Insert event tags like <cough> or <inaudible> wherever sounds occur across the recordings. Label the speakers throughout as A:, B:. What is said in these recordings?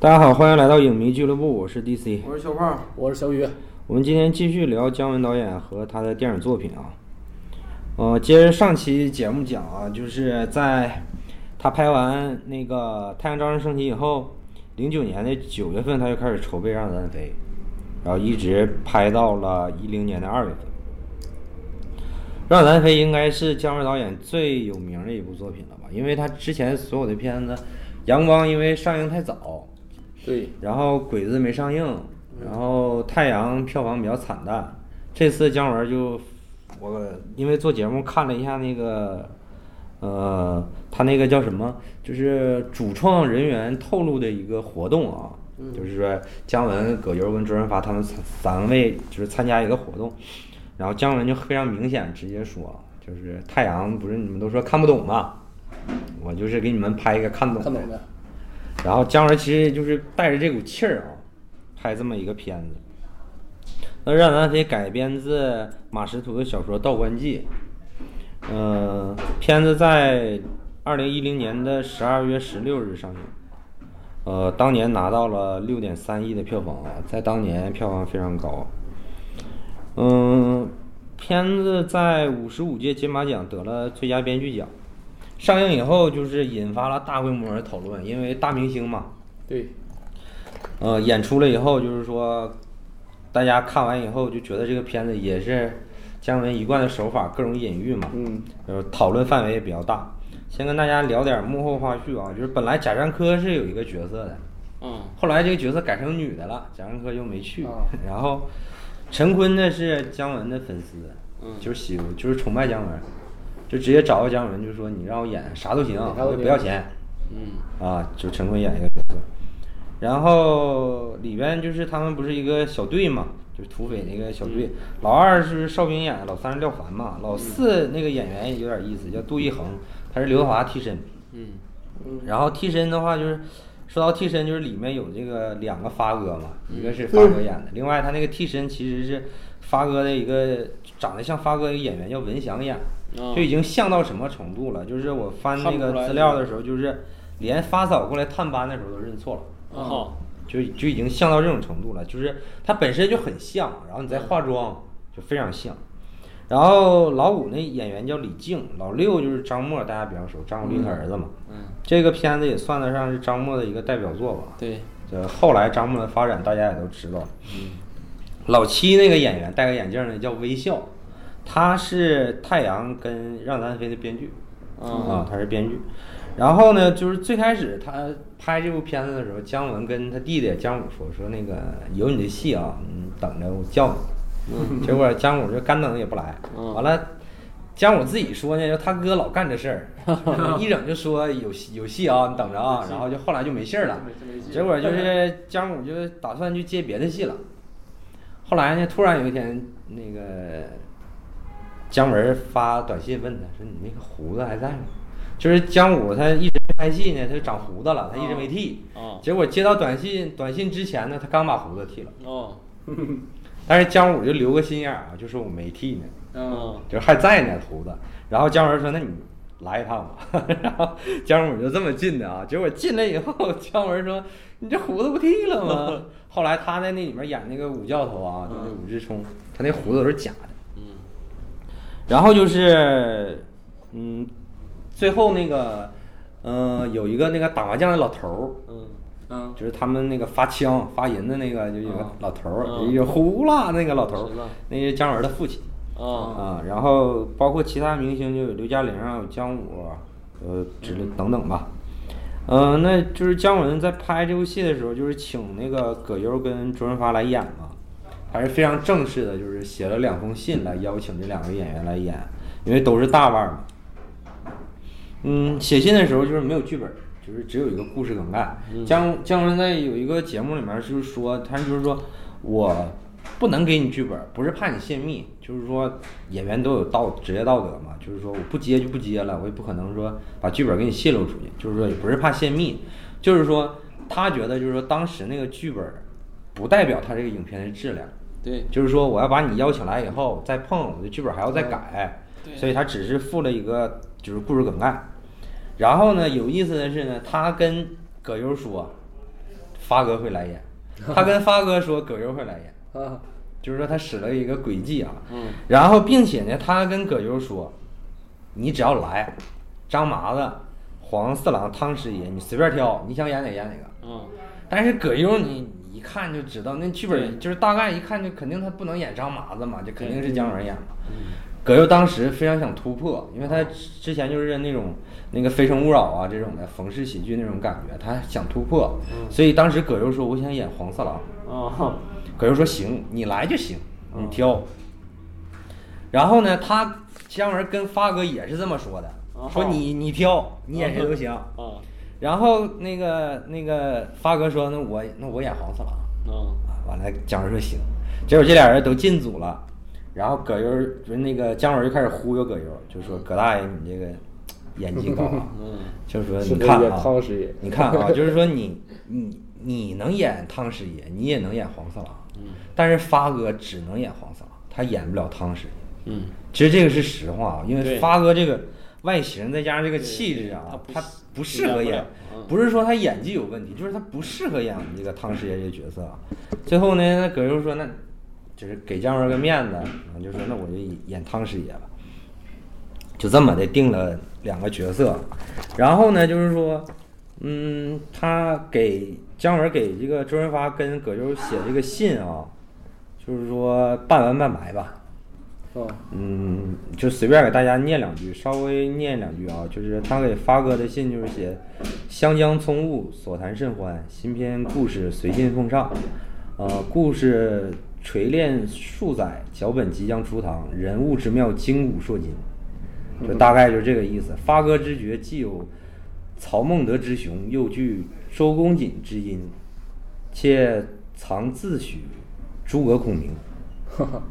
A: 大家好，欢迎来到影迷俱乐部，我是 DC。
B: 我是小胖，
C: 我是小雨，
A: 我们今天继续聊姜文导演和他的电影作品啊。呃，接着上期节目讲啊，就是在他拍完那个《太阳照常升起》以后，零九年的九月份他就开始筹备《让子弹飞》，然后一直拍到了一零年的二月份。《让子弹飞》应该是姜文导演最有名的一部作品了吧？因为他之前所有的片子，《阳光》因为上映太早，
C: 对，
A: 然后鬼子没上映，然后太阳票房比较惨淡。这次姜文就我因为做节目看了一下那个，呃，他那个叫什么，就是主创人员透露的一个活动啊，
C: 嗯
A: 就是说姜文、葛优跟周润发他们三三位就是参加一个活动，然后姜文就非常明显直接说，就是太阳不是你们都说看不懂嘛，我就是给你们拍一个看懂
C: 看懂的。
A: 然后姜文其实就是带着这股气儿啊，拍这么一个片子。那《让子弹飞》改编自马识途的小说《道观记》，呃，片子在二零一零年的十二月十六日上映，呃，当年拿到了六点三亿的票房啊，在当年票房非常高。嗯，片子在五十五届金马奖得了最佳编剧奖。上映以后就是引发了大规模的讨论，因为大明星嘛，
C: 对，
A: 呃，演出了以后就是说，大家看完以后就觉得这个片子也是姜文一贯的手法，各种隐喻嘛，
C: 嗯，
A: 呃，讨论范围也比较大。先跟大家聊点幕后花絮啊，就是本来贾樟柯是有一个角色的，
C: 嗯，
A: 后来这个角色改成女的了，贾樟柯就没去。
C: 啊
A: <laughs> 然后，陈坤呢是姜文的粉丝，
C: 嗯
A: 就是喜就是崇拜姜文，就直接找到姜文就说你让我演啥都行，
C: 啥
A: 我就
C: 都行
A: 不要钱。
C: 嗯，
A: 啊，就陈坤演一个角色。然后里边就是他们不是一个小队嘛，就是土匪那个小队。
C: 嗯
A: 老二是邵兵演的，老三是廖凡嘛，老四那个演员有点意思，叫杜一恒，他是刘德华替身。
C: 嗯，
A: 然后替身的话，就是说到替身，就是里面有这个两个发哥嘛，
C: 嗯
A: 一个是发哥演的，另外他那个替身其实是发哥的一个长得像发哥的一个演员叫文祥演，
C: 哦
A: 就已经像到什么程度了？就是我翻那
C: 看不出
A: 个
C: 来
A: 资料的时候，就是连发嫂过来探班的时候都认错了。
C: 哦，
A: 就就已经像到这种程度了，就是它本身就很像，然后你再化妆就非常像。然后老五那演员叫李靖，老六就是张默，大家比较熟，张国立他儿子嘛。
C: 嗯，
A: 这个片子也算得上是张默的一个代表作吧。
C: 对，
A: 这后来张默的发展大家也都知道。老七那个演员戴个眼镜儿的叫微笑，他是《太阳》跟《让子弹飞》的编剧。啊，他是编剧。然后呢，就是最开始他拍这部片子的时候，姜文跟他弟弟姜武说：“说那个有你的戏啊，你等着我叫你。”结果姜武就干等也不来。
C: 嗯
A: 完了，姜武自己说呢，就他哥老干这事 <laughs> 儿，一整就说有戏有戏啊，你等着啊。然后就后来就没信儿了。结果就是姜武就打算去接别的戏了。后来呢，突然有一天，那个姜文发短信问他说：“你那个胡子还在吗？”就是姜武他一直拍戏呢，他就长胡子了，他一直没剃。
C: 哦
A: 结果接到短信，短信之前呢，他刚把胡子剃了，
C: 哦，
A: 但是姜武就留个心眼儿啊，就说我没剃呢。
C: 嗯，
A: 就是还在呢胡子。然后姜文说：“那你来一趟吧。” <laughs> 然后姜武就这么进的啊。结果进来以后，姜文说：“你这胡子不剃了吗？”后来他在那里面演那个武教头啊，就是武志冲，他那胡子都是假的。
C: 嗯，
A: 然后就是，嗯，最后那个，呃，有一个那个打麻将的老头儿，
C: 嗯，
B: 嗯，
A: 就是他们那个发枪发银的那个，就有个老头儿，
C: 嗯
A: 有一个呼啦那个老头儿
C: 知道，
A: 那是姜文的父亲。
C: 哦，
A: 啊，然后包括其他明星就有刘嘉玲啊、有姜武啊，呃，之类等等吧。呃，那就是姜文在拍这部戏的时候，就是请那个葛优跟周润发来演嘛，还是非常正式的，就是写了两封信来邀请这两个演员来演，因为都是大腕儿嘛。嗯，写信的时候就是没有剧本，就是只有一个故事梗概。姜姜文在有一个节目里面就是说，他就是说我不能给你剧本，不是怕你泄密，就是说演员都有道职业道德嘛，就是说我不接就不接了，我也不可能说把剧本给你泄露出去，就是说也不是怕泄密，就是说他觉得就是说当时那个剧本不代表他这个影片的质量，
C: 对，
A: 就是说我要把你邀请来以后再碰，我的剧本还要再改，所以他只是附了一个就是故事梗概。然后呢，有意思的是呢，他跟葛优说，发哥会来
B: <laughs>
A: 演，他跟发哥说葛优会来演，
B: 啊，
A: 就是说他使了一个诡计啊。
B: 嗯
A: 然后，并且呢，他跟葛优说：“你只要来，张麻子、黄四郎、汤师爷，你随便挑，你想演哪演哪个。”
B: 嗯，
A: 但是葛优你一看就知道，那剧
B: 对
A: 本就是大概一看就肯定他不能演张麻子嘛，就肯定是姜文演嘛
B: 嗯。
A: 葛优当时非常想突破，因为他之前就是那种那个《非诚勿扰》啊这种的冯氏喜剧那种感觉，他想突破，
B: 嗯
A: 所以当时葛优说：“我想演黄四郎。”
B: 哦，
A: 葛优说：“行，你来就行，
B: 嗯
A: 你挑。然后呢，他姜文跟发哥也是这么说的，
B: 哦
A: 说你你挑，你演谁都行。
C: 哦
B: 啊，
A: 然后那个那个发哥说：“那我那我演黄四郎。”
B: 嗯，
A: 啊，完了姜文说行，结果这俩人都进组了，然后葛优就是那个姜文就开始忽悠葛优，就说葛大爷你这个演技高啊，就是说
B: 是
A: 你
B: 不是
A: 看
B: 演
A: 啊，
B: 汤师爷
A: 你看啊， <laughs> 就是说你你你能演汤师爷，你也能演黄四郎，但是发哥只能演黄四郎，他演不了汤师爷。
B: 嗯，
A: 其实这个是实话，啊因
B: 对
A: 为发哥这个外形再加上这个气质啊，
B: 对对他
A: 他
B: 不
A: 不适合
B: 演不
A: 演
B: 了，嗯
A: 不是说他演技有问题，就是他不适合演这个汤师爷这个角色啊。最后呢，那葛优说那，就是给姜文个面子，然后就说那我就演汤师爷吧，就这么的定了两个角色。然后呢，就是说，嗯，他给姜文给这个周润发跟葛优写这个信啊，就是说半文半白吧。
B: 哦，
A: 嗯，就随便给大家念两句，稍微念两句啊，就是他给发哥的信，就是写“湘江葱雾，所谈甚欢”，新篇故事随信奉上。呃，故事锤炼数载，脚本即将出堂，人物之妙，筋骨烁今。就大概就是这个意思。发哥之爵既有曹孟德之雄，又具周公瑾之音，且藏自诩诸葛孔明。
B: 哈哈，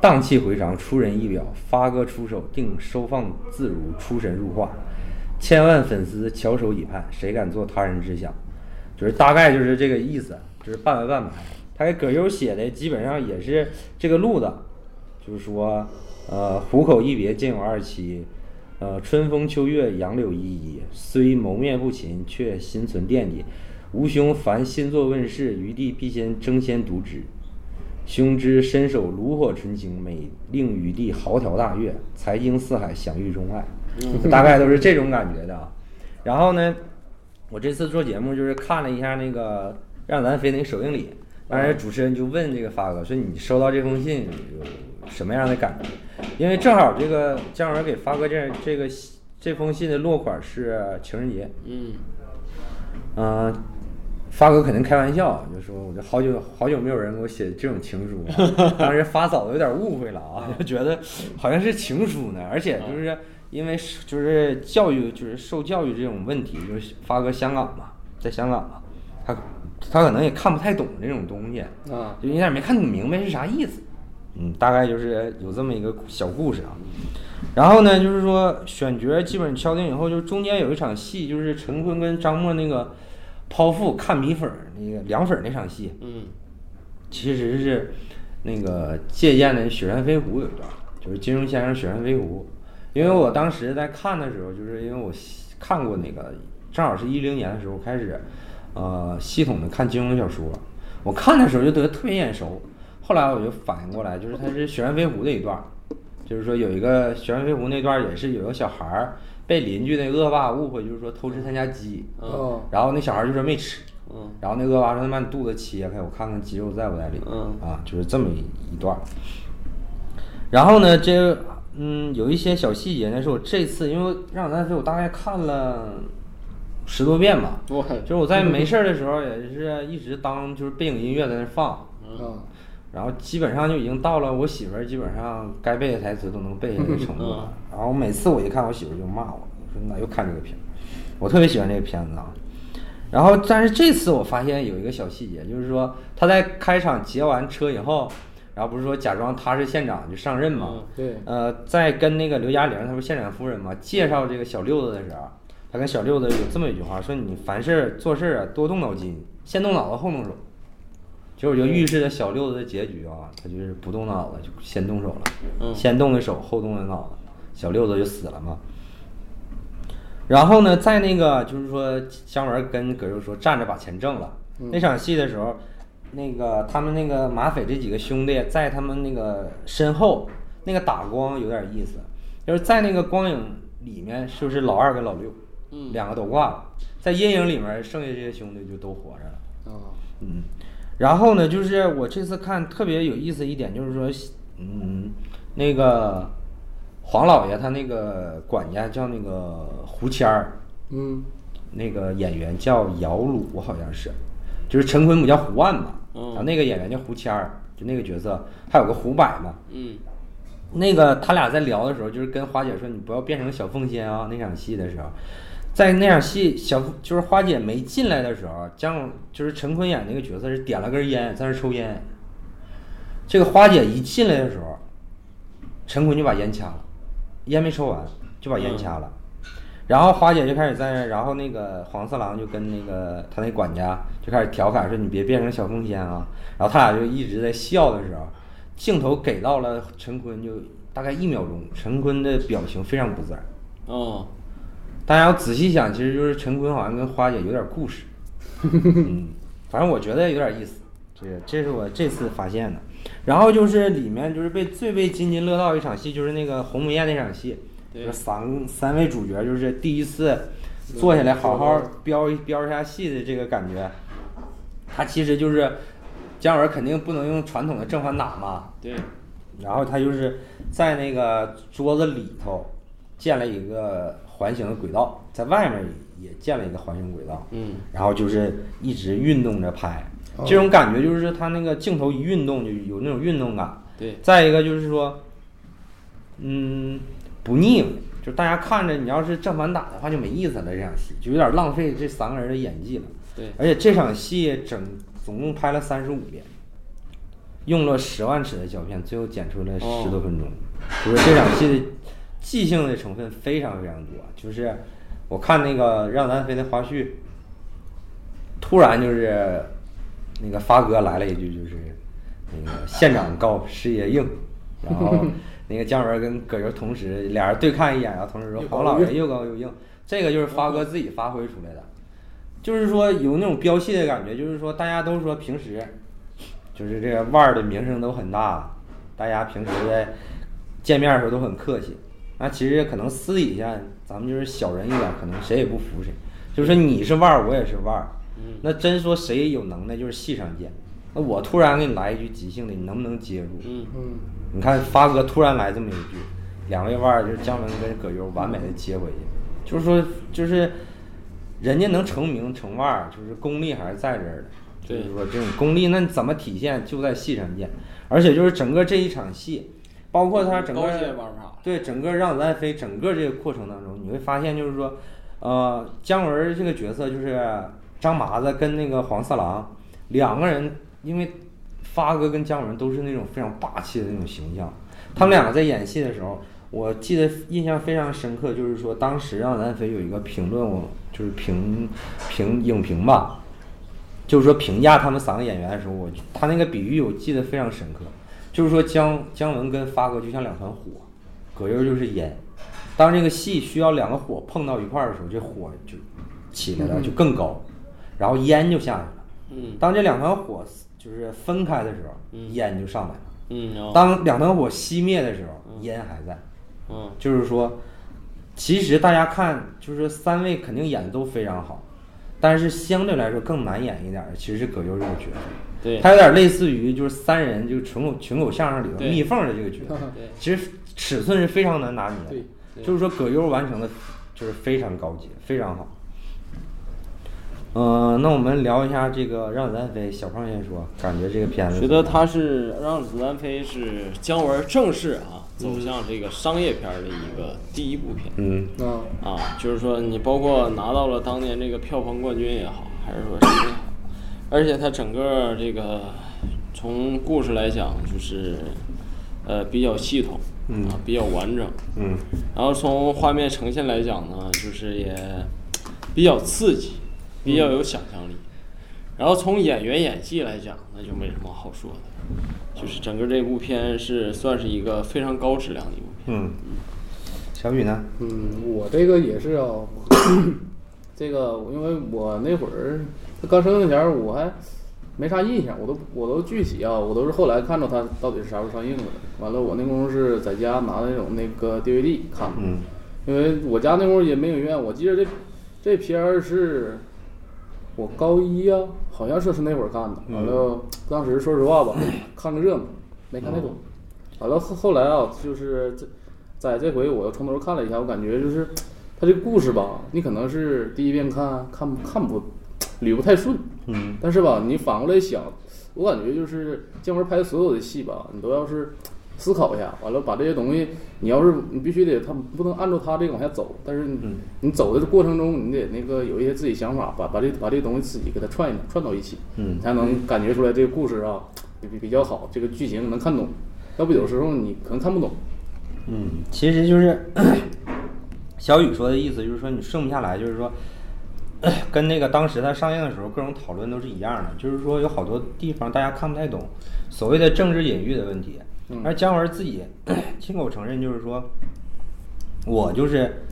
A: 荡气回肠，出人意表，发哥出手定收放自如，出神入化，千万粉丝翘首以盼，谁敢做他人之想？就是大概就是这个意思，就是半文半白。他给葛优写的基本上也是这个路子，就是说，呃，虎口一别见有二七，呃，春风秋月杨柳依依，虽谋面不勤，却心存惦记。吾兄凡新作问世，余弟必先争先独之。兄之身手炉火纯青，每令余弟豪条大悦，才经四海，享誉中外。大概都是这种感觉的。啊。然后呢，我这次做节目就是看了一下那个《让子弹飞》那个首映礼，当时主持人就问这个发哥说：“你收到这封信有什么样的感觉？”因为正好这个姜文给发哥这这个这封信的落款是情人节，
B: 嗯，
A: 嗯，发哥肯定开玩笑，就说我这好久好久没有人给我写这种情书了。当时发嫂子有点误会了啊，就觉得好像是情书呢，而且就是因为是就是教育就是受教育这种问题，就是发哥香港嘛，在香港嘛，他他可能也看不太懂这种东西，
B: 啊，
A: 就有点没看明白是啥意思。嗯，大概就是有这么一个小故事啊。然后呢，就是说选角基本敲定以后，就是中间有一场戏，就是陈坤跟张默那个剖腹看米粉儿那个凉粉儿那场戏，
B: 嗯，
A: 其实是那个借鉴的《雪山飞狐》有一段，就是金庸先生《雪山飞狐》，因为我当时在看的时候，就是因为我西看过那个，正好是一零年的时候开始，呃，系统的看金庸小说，我看的时候就觉得特别眼熟，后来我就反应过来，就是它是《雪山飞狐》的一段，就是说有一个《雪山飞狐》那段也是有一个小孩儿被邻居那恶霸误会，就是说偷吃他家鸡，
B: 哦，
A: 然后那小孩就说没吃，
B: 嗯，
A: 然后那恶霸说：“他把你肚子切开，我看看肌肉在不在里面。
B: 嗯
A: 啊，就是这么一一段儿。然后呢，这嗯有一些小细节呢，是我这次因为《让子弹飞》，我大概看了十多遍吧。
B: 我
A: 就是我在没事儿的时候，也是一直当就是背景音乐在那放，
B: 啊，
A: 然后基本上就已经到了我媳妇儿基本上该背的台词都能背下来的程度了。然后每次我一看，我媳妇儿就骂我，说你咋又看这个片儿？我特别喜欢这个片子啊。然后，但是这次我发现有一个小细节，就是说他在开场劫完车以后，然后不是说假装他是县长就上任嘛？
B: 嗯对
A: 呃，在跟那个刘嘉玲，她不是县长夫人嘛，介绍这个小六子的时候，他跟小六子有这么一句话，说你凡事做事啊，多动脑筋，先动脑子后动手。结果就预示着小六子的结局啊，他就是不动脑子就先动手了，
B: 嗯
A: 先动的手后动的脑子，小六子就死了嘛。然后呢，在那个就是说，姜文跟葛优说站着把钱挣了，
B: 嗯
A: 那场戏的时候，那个他们那个马匪这几个兄弟在他们那个身后，那个打光有点意思，就是在那个光影里面，就是老二跟老六，
B: 嗯
A: 两个都挂了，在阴影里面，剩下这些兄弟就都活着了。
B: 啊，
A: 嗯，然后呢，就是我这次看特别有意思一点，就是说，嗯，那个黄老爷他那个管家叫那个胡谦儿，
B: 嗯
A: 那个演员叫姚鲁，好像是，就是陈坤不叫胡万嘛，
C: 嗯
A: 然后那个演员叫胡谦儿，就那个角色，还有个胡柏嘛，
C: 嗯
A: 那个他俩在聊的时候，就是跟花姐说你不要变成小凤仙啊。那场戏的时候，在那场戏小凤就是花姐没进来的时候，姜就是陈坤演那个角色是点了根烟在那抽烟。这个花姐一进来的时候，陈坤就把烟掐了，烟没抽完就把烟掐了。然后花姐就开始在那儿，然后那个黄四郎就跟那个他那管家就开始调侃说：“你别变成小凤仙啊！”然后他俩就一直在笑的时候，镜头给到了陈坤，就大概一秒钟，陈坤的表情非常不自然。
C: 哦，
A: 大家要仔细想，其实就是陈坤好像跟花姐有点故事，嗯，反正我觉得有点意思，这个这是我这次发现的。然后就是里面就是被最被津津乐道一场戏，就是那个鸿门宴那场戏，
C: 对
A: 就是三三位主角就是第一次坐下来好好飙一飙一下戏的这个感觉。他其实就是姜文肯定不能用传统的正反打嘛，
C: 对，
A: 然后他就是在那个桌子里头建了一个环形的轨道，在外面也建了一个环形轨道，
C: 嗯，
A: 然后就是一直运动着拍，
B: 哦
A: 这种感觉就是他那个镜头一运动就有那种运动感。
C: 对
A: 再一个就是说，嗯，不腻歪，就大家看着你要是正反打的话就没意思了，这场戏就有点浪费这三个人的演技了。
C: 对，
A: 而且这场戏整总共拍了三十五遍，用了十万尺的胶片，最后剪出了
C: 哦
A: 十多分钟。就是这场戏的即兴的成分非常非常多。就是我看那个《让南飞》的花絮，突然就是那个发哥来了一句，就是那个县长高，师爷硬。然后那个姜文跟葛优同时俩人对看一眼，然后同时说
B: 又高
A: 黄老
B: 又
A: 爷又高又硬，这个就是发哥自己发挥出来的。就是说有那种飙戏的感觉，就是说大家都说平时，就是这个腕儿的名声都很大，大家平时在见面的时候都很客气。那其实可能私底下咱们就是小人一点，可能谁也不服谁。就是说你是腕儿，我也是腕儿。那真说谁有能耐，就是戏上见。那我突然给你来一句即兴的，你能不能接住？
C: 嗯，
B: 嗯
A: 你看发哥突然来这么一句，两位腕儿就是姜文跟葛优完美的接回去，就是说就是人家能成名成腕儿，就是功力还是在这儿的。
C: 对
A: 就是说这种功力，那怎么体现就在戏上见，而且就是整个这一场戏，包括他整个
C: 嗯高级玩法，
A: 对整个让子弹飞整个这个过程当中，你会发现就是说，呃，姜文儿这个角色就是张麻子跟那个黄四郎两个人，因为发哥跟姜文都是那种非常霸气的那种形象，他们两个在演戏的时候，我记得印象非常深刻，就是说当时让子弹飞有一个评论，我就是评评影评吧，就是说评价他们三个演员的时候，我他那个比喻我记得非常深刻，就是说姜姜文跟发哥就像两团火，葛优就是烟。当这个戏需要两个火碰到一块儿的时候，这火就起来了，就更高，然后烟就下去了。
C: 嗯
A: 当这两团火就是分开的时候，烟就上来了。
C: 嗯哦，
A: 当两团火熄灭的时候，烟还在。
C: 嗯
A: 就是说，其实大家看，就是三位肯定演的都非常好，但是相对来说更难演一点的，其实是葛优这个角色，
C: 对，
A: 他有点类似于就是三人就是群口群口相声里头
C: 对
A: 蜜缝的这个角色，
C: 对
A: 其实尺寸是非常难拿捏的
B: 对，
C: 对
A: 就是说葛优完成的就是非常高级，非常好。嗯、那我们聊一下这个《让子弹飞》，小胖先说，感觉这个片子
C: 觉得他是让子弹飞是姜文正式啊走向这个商业片儿的一个第一部片
A: 嗯
B: 啊
C: 啊，就是说你包括拿到了当年这个票房冠军也好，还是说什么也好，而且它整个这个从故事来讲就是呃比较系统啊，比较完整，
A: 嗯
C: 然后从画面呈现来讲呢，就是也比较刺激，比较有想象力。然后从演员演技来讲，那就没什么好说的，就是整个这部片是算是一个非常高质量的一部片。
A: 嗯，小雨呢？
B: <coughs> 嗯，我这个也是啊，这个因为我那会儿他刚上映前儿我还没啥印象，我都我都具体啊，我都是后来看着他到底是啥时候上映的。完了，我那功夫是在家拿那种那个 DVD 看的，
A: 嗯
B: 因为我家那功夫也没影院，我记得这这片儿是我高一啊，好像是是那会儿看的。完了，当时说实话吧， <clears throat> 看个热闹，没看太懂。完了后后来啊，就是这在这回我又从头看了一下，我感觉就是他这故事吧，你可能是第一遍看看看不捋不太顺，
A: 嗯
B: 但是吧，你反过来想，我感觉就是姜文拍所有的戏吧，你都要是思考一下，完了把这些东西，你要是你必须得他不能按照他这个往下走，但是你、
A: 嗯
B: 你走的过程中，你得那个有一些自己想法，把把这把这东西自己给它串一串串到一起，
A: 嗯
B: 你才能感觉出来这个故事啊比比比较好，这个剧情能看懂，要不有时候你可能看不懂。
A: 嗯，其实就是 <coughs> 小雨说的意思，就是说你剩不下来，就是说 <coughs> 跟那个当时它上映的时候各种讨论都是一样的，就是说有好多地方大家看不太懂所谓的政治隐喻的问题。而姜文自己 <coughs> 亲口承认，就是说我就是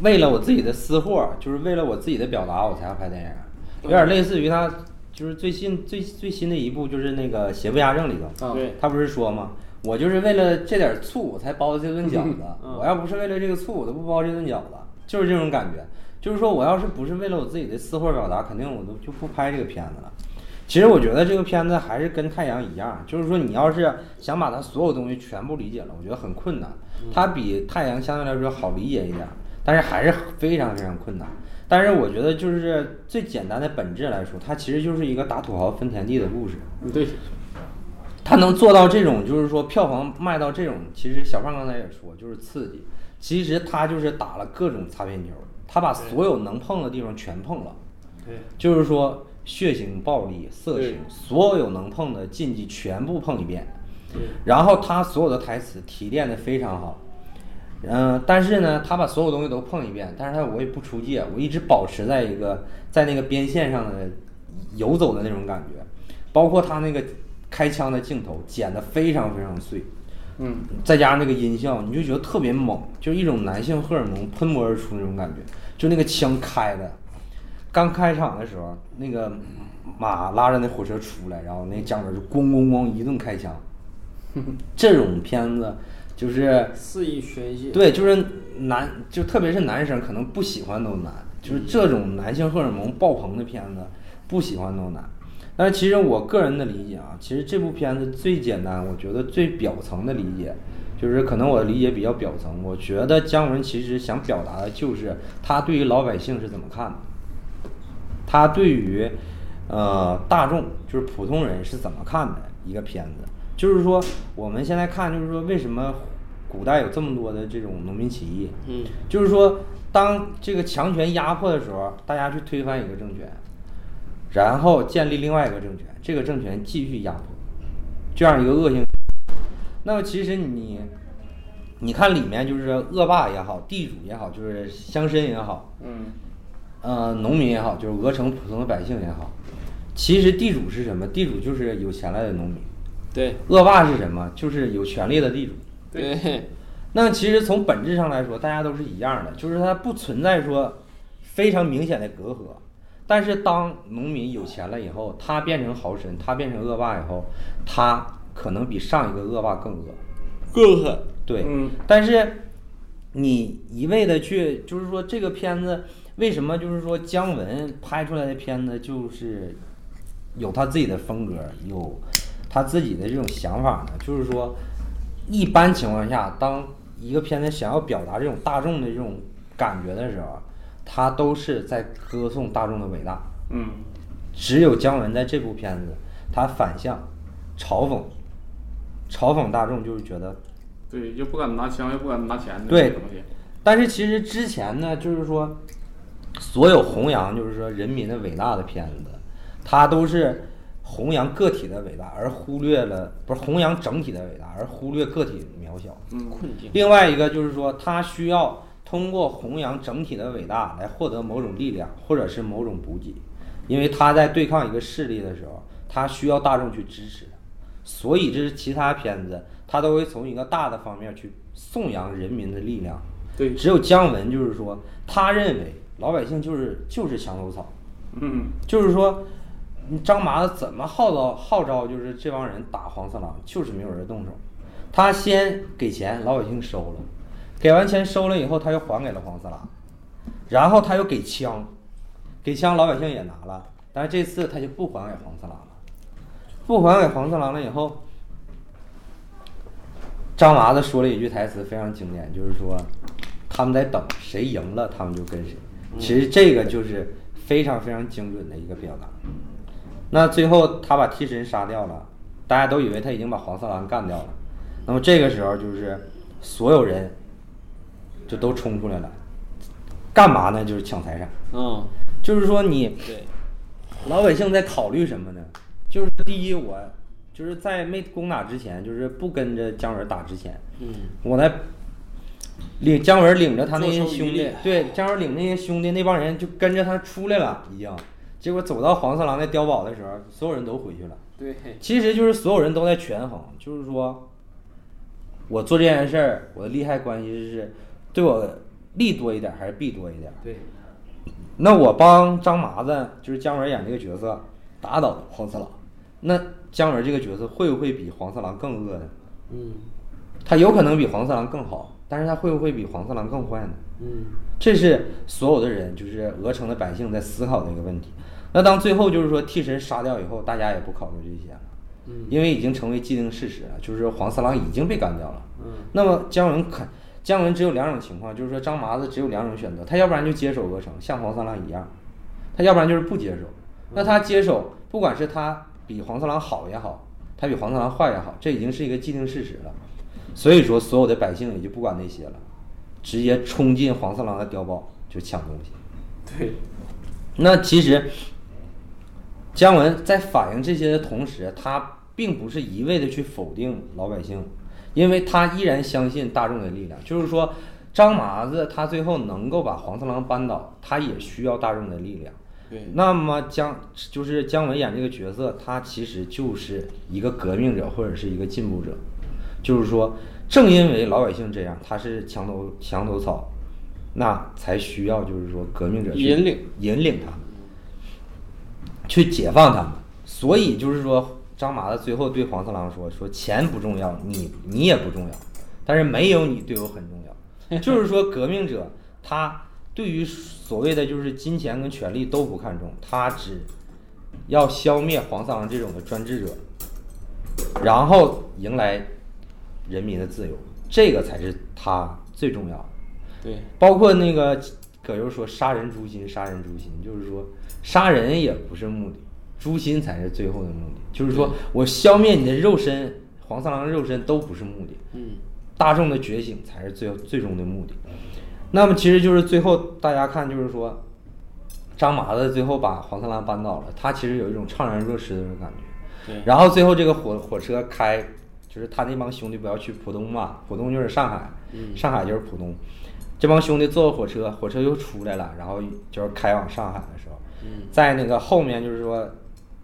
A: 为了我自己的私货，就是为了我自己的表达，我才要拍电影，有点类似于他就是最新最最新的一部就是那个《邪不压正》里头，
B: 啊，
C: 对
A: 他不是说吗？我就是为了这点醋我才包这顿饺子，
C: 嗯
A: 我要不是为了这个醋，我都不包这顿饺子，就是这种感觉。就是说，我要是不是为了我自己的私货表达，肯定我都就不拍这个片子了。其实我觉得这个片子还是跟太阳一样，就是说你要是想把它所有东西全部理解了，我觉得很困难。
C: 嗯
A: 它比太阳相对来说好理解一点，但是还是非常非常困难。但是我觉得就是最简单的本质来说，它其实就是一个打土豪分田地的故事。
B: 对，
A: 他能做到这种，就是说票房卖到这种，其实小胖刚才也说，就是刺激。其实他就是打了各种擦边球，他把所有能碰的地方全碰了，
C: 对，
A: 就是说血腥、暴力、色情
C: 对，
A: 所有能碰的禁忌全部碰一遍
C: 对。
A: 然后他所有的台词提炼的非常好，嗯、但是呢，他把所有东西都碰一遍，但是他我也不出界，我一直保持在一个在那个边线上的游走的那种感觉，包括他那个开枪的镜头剪得非常非常碎，
B: 嗯，
A: 再加上那个音效，你就觉得特别猛，就是一种男性荷尔蒙喷薄而出那种感觉，就那个枪开的。刚开场的时候，那个马拉着那火车出来，然后那姜文就咣咣咣一顿开枪。这种片子就是
C: 肆意宣泄，
A: 对，就是男，就特别是男生可能不喜欢都难，就是这种男性荷尔蒙爆棚的片子，不喜欢都难。但是其实我个人的理解啊，其实这部片子最简单，我觉得最表层的理解，就是可能我的理解比较表层，我觉得姜文其实想表达的就是他对于老百姓是怎么看的。他对于呃大众，就是普通人是怎么看的一个片子。就是说，我们现在看，就是说为什么古代有这么多的这种农民起义？
C: 嗯，
A: 就是说，当这个强权压迫的时候，大家去推翻一个政权，然后建立另外一个政权，这个政权继续压迫，这样一个恶性。那么其实你，你看里面就是恶霸也好，地主也好，就是乡绅也好，
B: 嗯，
A: 呃，农民也好，就是鹅城普通的百姓也好，其实地主是什么？地主就是有钱来的农民，
C: 对
A: 恶霸是什么？就是有权力的地主。
C: 对
A: 那其实从本质上来说，大家都是一样的，就是它不存在说非常明显的隔阂。但是当农民有钱了以后，他变成豪绅，他变成恶霸以后，他可能比上一个恶霸更恶。
C: 更狠，
A: 对，
B: 嗯
A: 但是你一味的去，就是说这个片子为什么就是说姜文拍出来的片子就是有他自己的风格，有他自己的这种想法呢？就是说，一般情况下，当一个片子想要表达这种大众的这种感觉的时候，他都是在歌颂大众的伟大。
B: 嗯，
A: 只有姜文在这部片子，他反向嘲讽，嘲讽大众，就是觉得
B: 对，又不敢拿枪，又不敢拿钱的
A: 对
B: 东西。
A: 但是其实之前呢，就是说，所有弘扬就是说人民的伟大的片子，它都是弘扬个体的伟大，而忽略了不是弘扬整体的伟大，而忽略个体的渺小。
B: 嗯，
C: 困境，
A: 另外一个就是说，它需要通过弘扬整体的伟大来获得某种力量，或者是某种补给，因为他在对抗一个势力的时候，他需要大众去支持，所以这是其他片子，他都会从一个大的方面去颂扬人民的力量。
B: 对
A: 只有姜文就是说，他认为老百姓就是就是墙头草，
B: 嗯，
A: 就是说，你张麻子怎么号召号召，就是这帮人打黄四郎，就是没有人动手。他先给钱，老百姓收了，给完钱收了以后，他又还给了黄四郎，然后他又给枪，给枪老百姓也拿了，但是这次他就不还给黄四郎了，不还给黄四郎了以后，张麻子说了一句台词非常经典，就是说他们在等谁赢了，他们就跟谁。其实这个就是非常非常精准的一个表达。那最后他把替身杀掉了，大家都以为他已经把黄四郎干掉了。那么这个时候就是所有人就都冲出来了，干嘛呢？就是抢财产。
C: 嗯，
A: 就是说你
C: 对，
A: 老百姓在考虑什么呢？就是第一，我就是在没攻打之前，就是不跟着姜文打之前，
C: 嗯，
A: 我在领姜文领着他那些
C: 坐收渔
A: 兄弟
C: 利，
A: 对姜文领那些兄弟那帮人就跟着他出来了，已经。结果走到黄四郎那碉堡的时候，所有人都回去了。
C: 对，
A: 其实就是所有人都在权衡，就是说，我做这件事儿，我的利害关系是对我利多一点还是弊多一点？
C: 对，
A: 那我帮张麻子，就是姜文演这个角色，打倒黄四郎，那姜文这个角色会不会比黄四郎更恶呢？
C: 嗯
A: 他有可能比黄四郎更好，但是他会不会比黄四郎更坏呢？
C: 嗯
A: 这是所有的人，就是鹅城的百姓在思考的一个问题。那当最后就是说替身杀掉以后，大家也不考虑这些了，
C: 嗯
A: 因为已经成为既定事实了，就是说黄四郎已经被干掉了。
C: 嗯
A: 那么姜文肯，姜文只有两种情况，就是说张麻子只有两种选择，他要不然就接手鹅城，像黄三郎一样，他要不然就是不接手。
C: 嗯
A: 那他接手，不管是他比黄三郎好也好，他比黄三郎坏也好，这已经是一个既定事实了。所以说，所有的百姓也就不管那些了，直接冲进黄四郎的碉堡就抢东西。
C: 对，
A: 那其实姜文在反映这些的同时，他并不是一味的去否定老百姓，因为他依然相信大众的力量。就是说，张麻子他最后能够把黄四郎扳倒，他也需要大众的力量。
C: 对，
A: 那么姜就是姜文演这个角色，他其实就是一个革命者或者是一个进步者，就是说，正因为老百姓这样，他是墙头墙头草，那才需要就是说革命者去
C: 引领
A: 引领他们，去解放他们。所以就是说，张麻子最后对黄四郎说：“说钱不重要，你你也不重要，但是没有你对我很重
C: <laughs>
A: 要。”就是说，革命者他对于所谓的就是金钱跟权力都不看重，他只要消灭黄四郎这种的专制者，然后迎来人民的自由，这个才是他最重要的。
C: 对，
A: 包括那个葛优说“杀人诛心，杀人诛心”，就是说杀人也不是目的，诛心才是最后的目的。就是说我消灭你的肉身，黄四郎的肉身都不是目的，
C: 嗯，
A: 大众的觉醒才是最最终的目的。那么其实就是最后大家看，就是说张麻子最后把黄三郎扳倒了，他其实有一种怅然若失的那种感觉
C: 对。
A: 然后最后这个火火车开，就是他那帮兄弟不要去浦东嘛，浦东就是上海，
C: 嗯
A: 上海就是浦东。这帮兄弟坐火车，火车又出来了，然后就是开往上海的时候，
C: 嗯
A: 在那个后面就是说，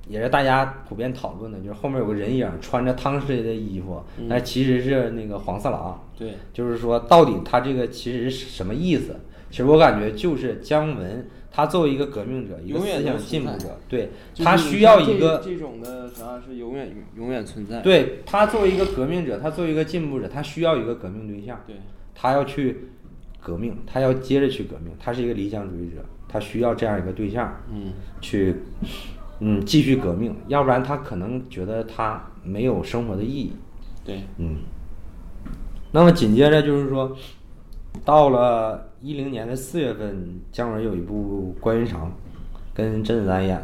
A: 也是大家普遍讨论的，就是后面有个人影穿着汤师爷的衣服，
C: 嗯
A: 但其实是那个黄四郎。
C: 对，
A: 就是说到底他这个其实是什么意思？其实我感觉就是姜文，他作为一个革命者，一个
C: 永远
A: 思
C: 都
A: 想
C: 存
A: 进步
C: 在
A: 者，对
C: 就是
A: 他
C: 你
A: 需要
C: 这
A: 一个，
C: 这种的啥是永远永远存在，
A: 对他作为一个革命者，他作为一个进步者，他需要一个革命对象，
C: 对，
A: 他要去革命，他要接着去革命，他是一个理想主义者，他需要这样一个对象，
C: 嗯，
A: 去，嗯，继续革命，要不然他可能觉得他没有生活的意义，
C: 对，
A: 嗯，那么紧接着就是说，到了一零年的四月份，姜文有一部《关云长》，跟甄子丹演，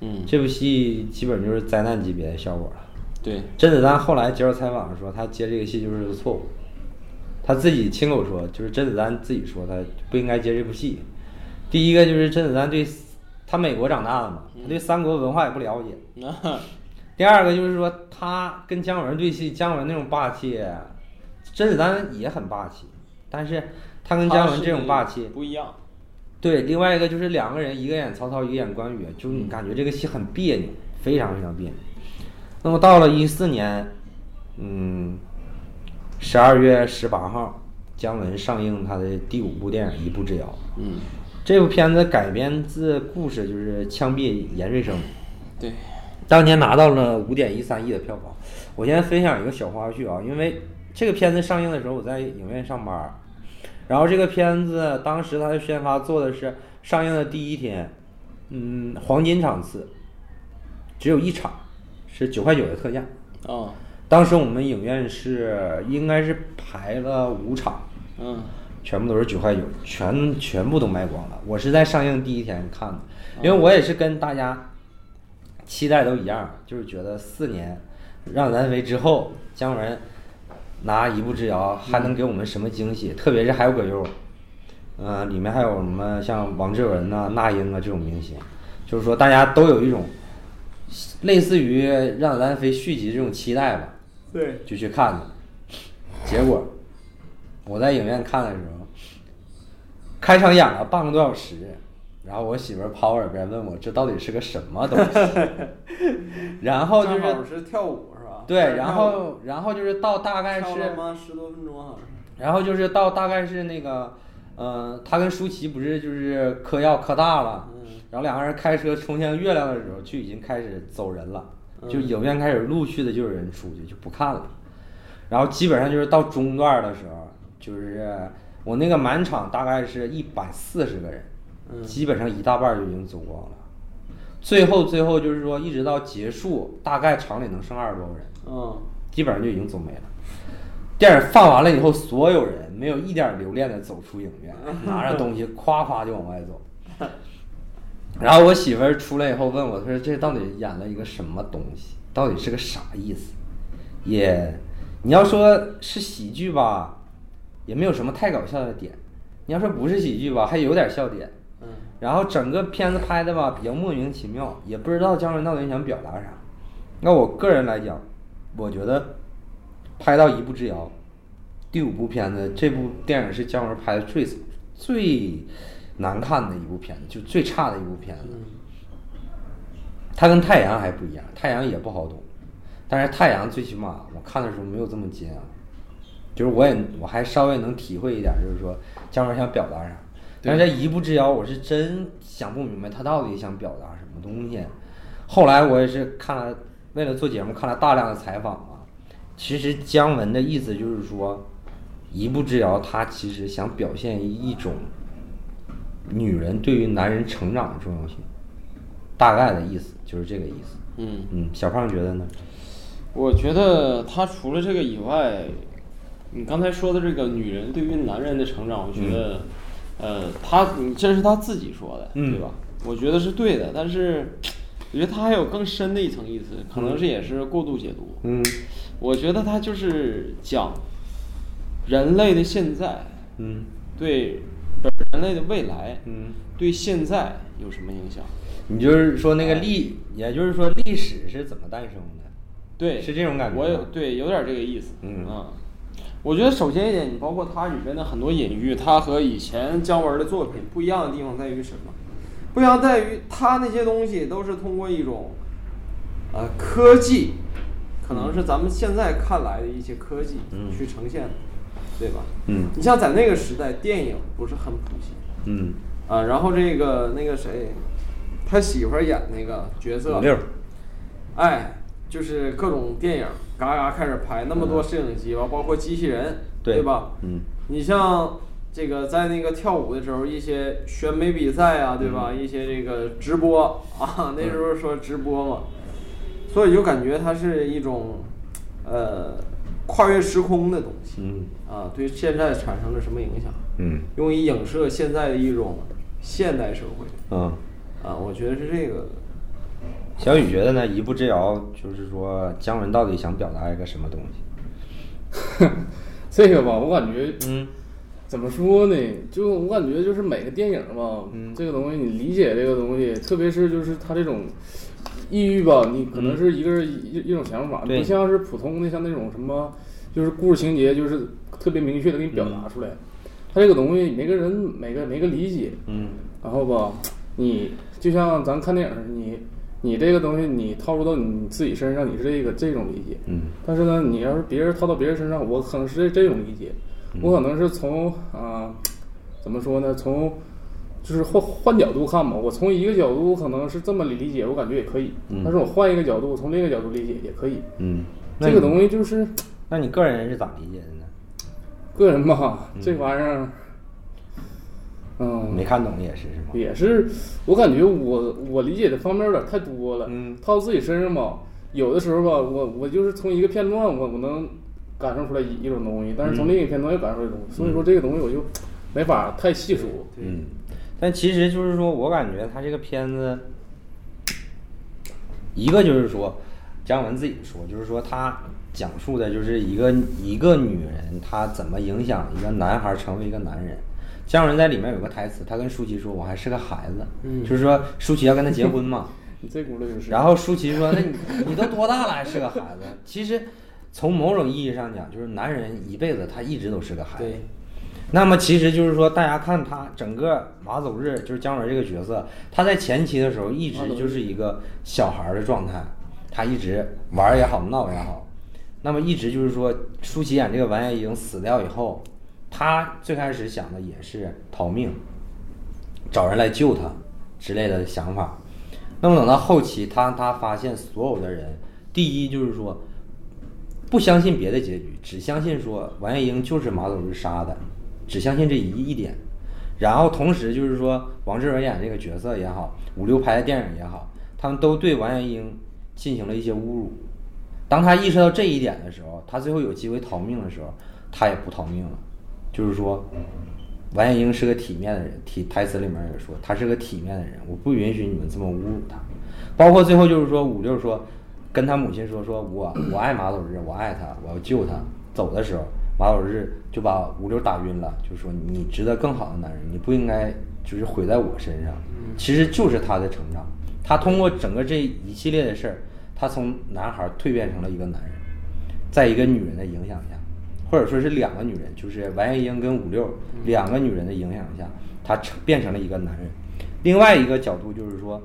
C: 嗯，
A: 这部戏基本就是灾难级别的效果了。
C: 对，
A: 甄子丹后来接受采访说，他接这个戏就是个错误，他自己亲口说，就是甄子丹自己说他不应该接这部戏。第一个就是甄子丹对他美国长大的嘛，他对三国文化也不了解，
C: 那
A: 第二个就是说，他跟姜文对戏，姜文那种霸气，甄子丹也很霸气，但是他 <laughs> 跟姜文这种霸
C: <laughs>
A: 气，
C: 不一样，
A: 对，另外一个就是两个人，一个演曹操，一个演关羽，就你感觉这个戏很别扭，非常非常别扭。那么到了一四年，嗯，十二月十八号，姜文上映他的第五部电影《一步之遥》。
C: 嗯，
A: 这部片子改编自故事就是枪毙研瑞生，
C: 对，
A: 当年拿到了五点一三亿的票房。我先分享一个小花絮啊，因为这个片子上映的时候我在影院上班儿，然后这个片子当时它的宣发做的是上映的第一天，嗯，黄金场次，只有一场，是九块九的特价。
C: 啊，
A: 当时我们影院是应该是排了五场，
C: 嗯，
A: 全部都是九块九，全全部都卖光了。我是在上映第一天看的，因为我也是跟大家期待都一样，就是觉得四年让南非之后，姜文拿一步之遥还能给我们什么惊喜？特别是还有葛优，嗯、里面还有什么像王志文呐、那英啊这种明星，就是说大家都有一种类似于《让子弹飞》续集这种期待吧。
C: 对，
A: 就去看了。结果我在影院看的时候，开场演了半个多小时，然后我媳妇儿趴我耳边问我这到底是个什么东
C: <laughs>
A: 西，然后哦就
C: 正好
A: 是
C: 是跳舞是吧？
A: 对，然后然后就是到大概
C: 跳
A: 是
C: 了，吗？十多分钟好像是。
A: 然后就是到大概是那个，呃，他跟舒淇不是就是嗑药嗑大了，
C: 嗯
A: 然后两个人开车冲向月亮的时候，就已经开始走人了，
C: 嗯
A: 就影院开始陆续的就有人出去，就不看了。然后基本上就是到中段的时候，就是我那个满场大概是一百四十个人，
C: 嗯
A: 基本上一大半就已经走光了。最后最后就是说，一直到结束，大概场里能剩二十多个人，
C: 嗯，
A: 基本上就已经走没了。电影放完了以后，所有人没有一点留恋的走出影院，拿着东西夸夸就往外走。然后我媳妇儿出来以后问我，她说这到底演了一个什么东西？到底是个啥意思？也，你要说是喜剧吧，也没有什么太搞笑的点；你要说不是喜剧吧，还有点笑点。
C: 嗯。
A: 然后整个片子拍的吧比较莫名其妙，也不知道姜文到底想表达啥。那我个人来讲，我觉得拍到一步之遥，第五部片子，这部电影是姜文拍的最最难看的一部片子，就最差的一部片子。它跟太阳还不一样，太阳也不好懂，但是太阳最起码我看的时候没有这么煎熬，就是我也我还稍微能体会一点，就是说姜文想表达啥。但是这一步之遥，我是真想不明白他到底想表达什么东西。啊后来我也是看了，为了做节目看了大量的采访嘛。其实姜文的意思就是说，一步之遥，他其实想表现一种女人对于男人成长的重要性。大概的意思就是这个意思。
C: 嗯
A: 嗯，小胖觉得呢？
C: 我觉得他除了这个以外，你刚才说的这个女人对于男人的成长，我觉得，呃，他你这是他自己说的，
A: 嗯
C: 对吧？我觉得是对的，但是我觉得他还有更深的一层意思，可能是也是过度解读。
A: 嗯
C: 我觉得他就是讲人类的现在
A: 嗯
C: 对人类的未来，
A: 嗯，
C: 对现在有什么影响？
A: 你就是说那个历，也就是说历史是怎么诞生的？
C: 对，
A: 是这种感觉
C: 我有
A: 吗
C: 对，有点这个意思。
A: 嗯
C: 啊，我觉得首先一点，你包括它里边的很多隐喻，它和以前姜文的作品不一样的地方在于什么？不一样在于它那些东西都是通过一种，呃，科技，可能是咱们现在看来的一些科技
A: 嗯
C: 去呈现的，对吧？
A: 嗯
C: 你像在那个时代，电影不是很普及
A: 嗯，
C: 啊，然后这个那个谁，他媳妇儿演那个角色
A: 五六。
C: 哎，就是各种电影嘎嘎开始拍，那么多摄影机吧，包括机器人，
A: 对
C: 吧？
A: 嗯，
C: 你像这个在那个跳舞的时候，一些选美比赛啊，对
A: 嗯
C: 吧？一些这个直播啊，那时候说直播嘛，所以就感觉它是一种呃跨越时空的东西，
A: 嗯
C: 啊，对现在产生了什么影响？
A: 嗯
C: 用以影射现在的一种现代社会
A: 嗯，
C: 啊，我觉得是这个。
A: 小雨觉得呢？一步之遥就是说姜文到底想表达一个什么东西？
B: 这个吧，我感觉
A: 嗯
B: 怎么说呢？就我感觉就是每个电影吧，这个东西你理解这个东西，特别是就是他这种抑郁吧，你可能是一个人一、一种想法，
A: 对
B: 不像是普通的像那种什么，就是故事情节就是特别明确的给你表达出来。他这个东西每个人每个每个理解，
A: 嗯
B: 然后吧，你就像咱看电影儿，你你这个东西你套入到你自己身上，你是这个这种理解。
A: 嗯
B: 但是呢，你要是别人套到别人身上，我可能
A: 嗯
B: 是这这种理解，我可能是从啊、怎么说呢？从就是换换角度看嘛，我从一个角度可能是这么理解，我感觉也可以。
A: 嗯
B: 但是我换一个角度，从另一个角度理解也可以。
A: 嗯，那
B: 这个
A: 你
B: 东西就是
A: 那你个人是咋理解的呢？
B: 个人吧，这玩意儿，嗯，
A: 没看懂也是是吗？
B: 也是，我感觉我我理解的方面有点太多了。
A: 嗯
B: 套自己身上吧，有的时候吧，我我就是从一个片段，我我能感受出来一一种东西，但
A: 嗯
B: 是从另一个片段又感受一种东西，所以说这个东西我就没法太细说。
A: 嗯，但其实就是说我感觉他这个片子，一个就是说，姜文自己说，就是说他讲述的就是一个一个女人她怎么影响一个男孩成为一个男人。姜文在里面有个台词，他跟舒淇说：“我还是个孩子。”就是说舒淇要跟他结婚嘛。
B: 你这轱辘嗯 <laughs> 就是，
A: 然后舒淇说：“那你你都多大了还是个孩子？”其实，从某种意义上讲，就是男人一辈子他一直都是个孩子
C: 对。
A: 那么其实就是说，大家看他整个马走日，就是姜文这个角色，他在前期的时候一直就是一个小孩儿的状态，他一直玩儿也好，闹也好。那么一直就是说，舒淇演这个王艳英死掉以后，他最开始想的也是逃命，找人来救他之类的想法。那么等到后期，他他发现所有的人，第一就是说，不相信别的结局，只相信说王艳英就是马总日杀的，只相信这一一点。然后同时就是说，王志文演这个角色也好，五六拍的电影也好，他们都对王艳英进行了一些侮辱。当他意识到这一点的时候，他最后有机会逃命的时候，他也不逃命了。就是说，王艳英是个体面的人，体台词里面也说她是个体面的人，我不允许你们这么侮辱她。包括最后就是说五六说，跟他母亲说说我 <coughs> 我爱马走日，我爱他，我要救他。走的时候，马走日就把五六打晕了，就说你值得更好的男人，你不应该就是毁在我身上。其实就是他的成长，他通过整个这一系列的事儿，他从男孩儿蜕变成了一个男人。在一个女人的影响下，或者说是两个女人，就是王艳英跟五六两个女人的影响下，他成变成了一个男人。另外一个角度就是说，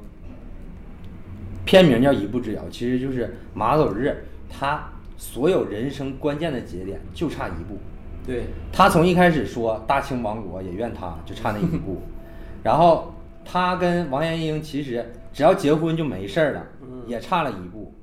A: 片名叫《一步之遥》，其实就是马走日他所有人生关键的节点就差一步。
C: 对，
A: 他从一开始说大清亡国也怨他，就差那一
B: <laughs>
A: 步。然后他跟王艳英其实只要结婚就没事儿了，
B: 嗯
A: 也差了一步。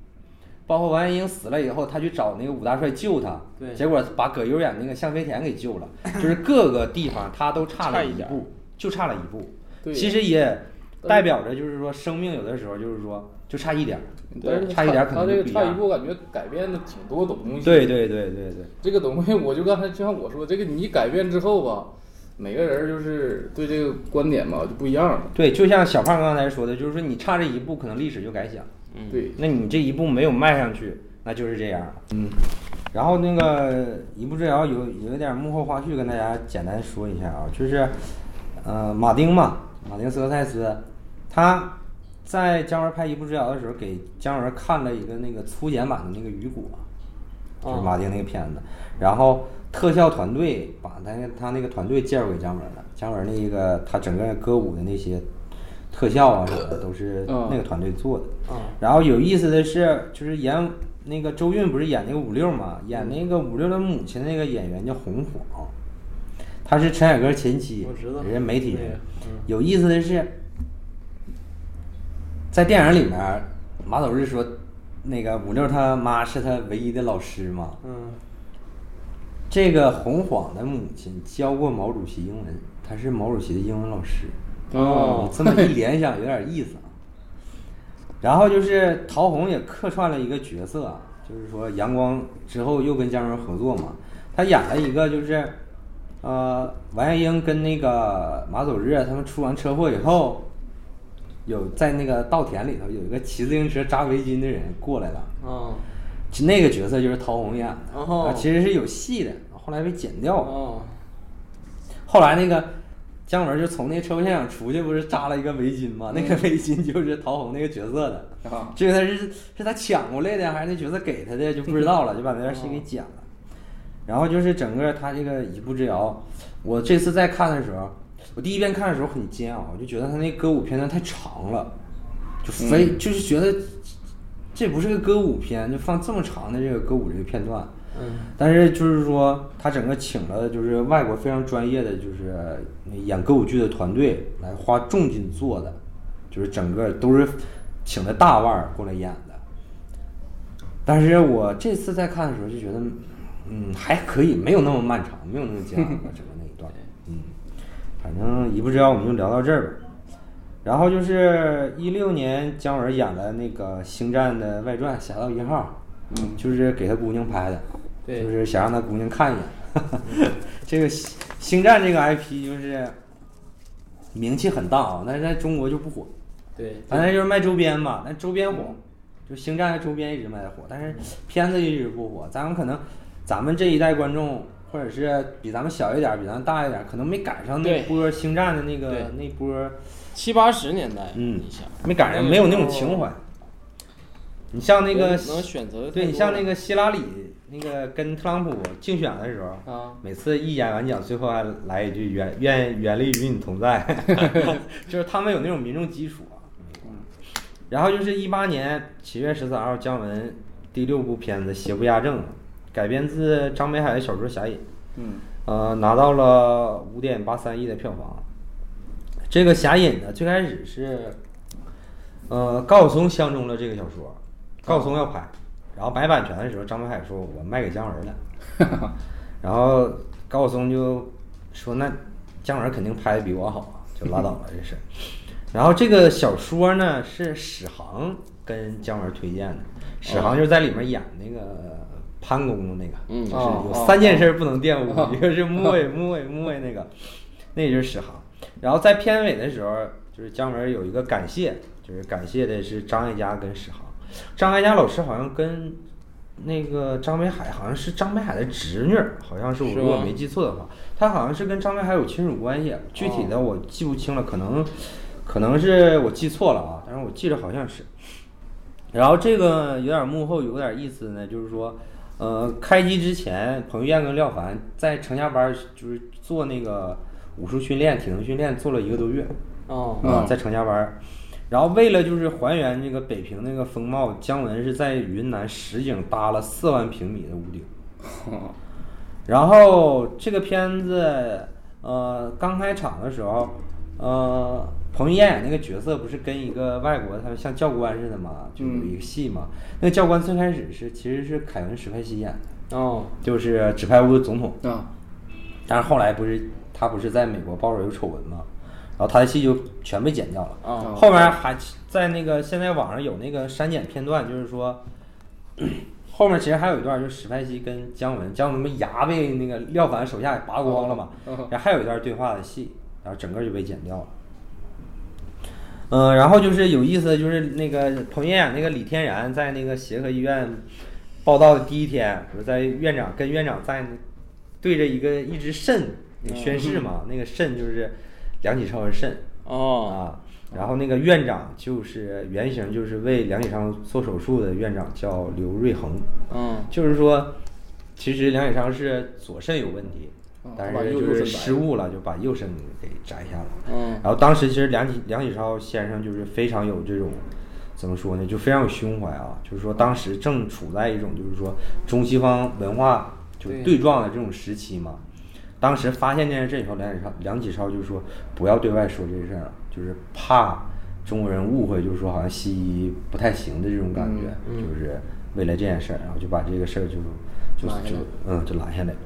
A: 包括王艳英死了以后，他去找那个武大帅救他，
C: 对
A: 结果把葛优演那个向飞田给救了，就是各个地方他都差
C: 差
A: 了
C: 一
A: 一
C: 点儿
A: 步，就差了一步。
B: 对
A: 其实也代表着就是说，生命有的时候就是说就差一点儿，
B: 但是
A: 差一点儿可
B: 他
A: 能
B: 这
A: 就
B: 个
A: 不一
B: 差一
A: 样。
B: 步，感觉改变了挺多东西。
A: 对对对对对，
B: 这个东西，我就刚才就像我说，这个你改变之后吧，每个人就是对这个观点嘛就不一样了。
A: 对，就像小胖刚才说的，就是说你差这一步，可能历史就改写。
C: 嗯，
B: 对，
A: 那你这一步没有迈上去，那就是这样。嗯，然后那个一步之遥有有一点幕后花絮跟大家简单说一下啊，就是，呃，马丁嘛，马丁斯科塞斯，他在姜文拍《一步之遥》的时候，给姜文看了一个那个粗剪版的那个雨果，就是马丁那个片子，然后特效团队把他那他那个团队介绍给姜文了，姜文那个他整个歌舞的那些特效啊什么的都是
B: 嗯
A: 那个团队做的。
C: 嗯
A: 然后有意思的是，就是演那个周韵不是演那个五六嘛，演那个五六的母亲那个演员叫洪晃，他是陈凯歌前妻
C: 我知道，
A: 人家媒体
C: 那
A: 人
C: 个。嗯
A: 有意思的是，在电影里面，马走日说那个五六他妈是他唯一的老师嘛。
C: 嗯，
A: 这个洪晃的母亲教过毛主席英文，她是毛主席的英文老师。
B: 哦
A: 这么一联想有点意思啊。然后就是陶虹也客串了一个角色啊，就是说阳光之后又跟姜文合作嘛，他演了一个就是，呃，王艳英跟那个马走日他们出完车祸以后，有在那个稻田里头有一个骑自行车扎围巾的人过来了，
C: 啊，
A: 就那个角色就是陶虹演的，
C: 哦
A: 啊其实是有戏的，后来被剪掉了。
C: 哦，
A: 后来那个姜文就从那车祸现场出去，不是扎了一个围巾吗？那个围巾就是陶虹那个角色的，
B: 啊， <laughs>
A: 这个他是是他抢过来的，还是那角色给他的，就不知道了，就把那段戏给剪了。然后就是整个他这个一步之遥，我这次再看的时候，我第一遍看的时候很煎熬，我就觉得他那歌舞片段太长了，就非、就是觉得这不是个歌舞片，就放这么长的这个歌舞这个片段，
B: 嗯
A: 但是就是说，他整个请了就是外国非常专业的就是呃演歌舞剧的团队来花重金做的，就是整个都是请的大腕儿过来演的。但是我这次在看的时候就觉得，嗯，还可以，没有那么漫长，没有那么煎熬吧，整个那一段，嗯，反正一步之遥我们就聊到这儿吧。然后就是一六年姜文演的那个《星战》的外传《侠盗一号》，
B: 嗯
A: 就是给他姑娘拍的，
B: 对
A: 就是想让他姑娘看一眼。 <laughs> 这个星《星战》这个 IP 就是名气很大啊，但是在中国就不火。
B: 对
A: 反正就是卖周边嘛，但周边火，就《星战》的周边一直卖的火，但是片子一直不火。咱们可能，咱们这一代观众，或者是比咱们小一点儿、比咱们大一点儿，可能没赶上那
C: 对
A: 波《星战》的那
C: 对
A: 个那波儿，
C: 七八十年代，
A: 嗯
C: 你想，
A: 没赶上，
C: 那个
A: 没有那
C: 时
A: 种
C: 候
A: 情怀。你像那个
C: 能，能选择的
A: 对
C: 太
A: 你
C: 多
A: 像
C: 了
A: 那个希拉里，那个跟特朗普竞选的时候，
B: 啊，
A: 每次一演完讲，最后还来一句“愿愿愿力与你同在”，就是他们有那种民众基础啊。然后就是一八年七月十三号，姜文第六部片子《邪不压正》，改编自张北海的小说《侠隐》，
B: 嗯
A: 呃，拿到了五点八三亿的票房。这个《侠隐》呢，最开始是，呃，高晓松相中了这个小说，高晓松要拍，然后买版权的时候，张北海说：“我卖给姜文了。”然后高晓松就说：“那姜文肯定拍的比我好啊，就拉倒了这事。”然后这个小说呢是史航跟姜文推荐的，史航就是在里面演那个潘公公那个，
C: 嗯
A: 就是
B: 哦
A: 有
B: 哦
A: 三件事不能玷污，一
B: <laughs>
A: 个是木卫木卫木卫那个，那也就是史航。然后在片尾的时候，就是姜文有一个感谢，就是感谢的是张艾嘉跟史航。张艾嘉老师好像跟那个张北海好像是张北海的侄女儿，好像是我
C: 是
A: 如果
C: 吗
A: 没记错的话，她好像是跟张北海有亲属关系，具体的我记不清了，可能可能是我记错了啊，但是我记着好像是。然后这个有点幕后有点意思呢，就是说，呃，开机之前，彭于晏跟廖凡在程下班儿就是做那个武术训练、体能训练，做了一个多月。
C: 哦，
A: 啊，
B: 嗯
A: 在程家湾儿。然后为了就是还原这个北平那个风貌，姜文是在云南实景搭了四万平米的屋顶。
B: 啊
A: 然后这个片子，呃，刚开场的时候，呃，彭于晏演那个角色不是跟一个外国，他们像教官似的嘛，就有一个戏嘛。那个教官最开始是其实是凯文·史派西演的，
C: 哦，
A: 就是纸牌屋的总统。
B: 啊，
A: 但是后来不是他不是在美国爆出有丑闻嘛，然后他的戏就全被剪掉了。
C: 哦
A: 后面还在那个现在网上有那个删减片段，就是说后面其实还有一段，就是史派西跟姜文，姜文不牙被那个廖凡手下给拔光了嘛，
B: 哦哦
A: 然后还有一段对话的戏，然后整个就被剪掉了。嗯、然后就是有意思，的就是那个彭于晏演那个李天然在那个协和医院报道的第一天，不是在院长跟院长在对着一个一只肾那个宣誓
B: 嗯
A: 嘛，那个肾就是梁启超的肾，
C: 哦，
A: 啊，然后那个院长就是原型就是为梁启超做手术的院长叫刘瑞恒，
C: 嗯，
A: 就是说，其实梁启超是左肾有问题
B: 哦，
A: 但
B: 他把
A: 是
B: 右
A: 就
B: 右
A: 是
B: 肾摘
A: 失误了，就把右肾给摘下了。
C: 嗯，
A: 然后当时其实梁启梁启超先生就是非常有这种。怎么说呢？就非常有胸怀啊！就是说，当时正处在一种就是说中西方文化就是
C: 对
A: 对撞的这种时期嘛。当时发现这件事以后，梁启超梁启超就说不要对外说这事儿了，就是怕中国人误会，就是说好像西医不太行的这种感觉，就是为了这件事儿，然后就把这个事儿就就
B: 拦下
A: 就
B: 来
A: 嗯就拦下来了。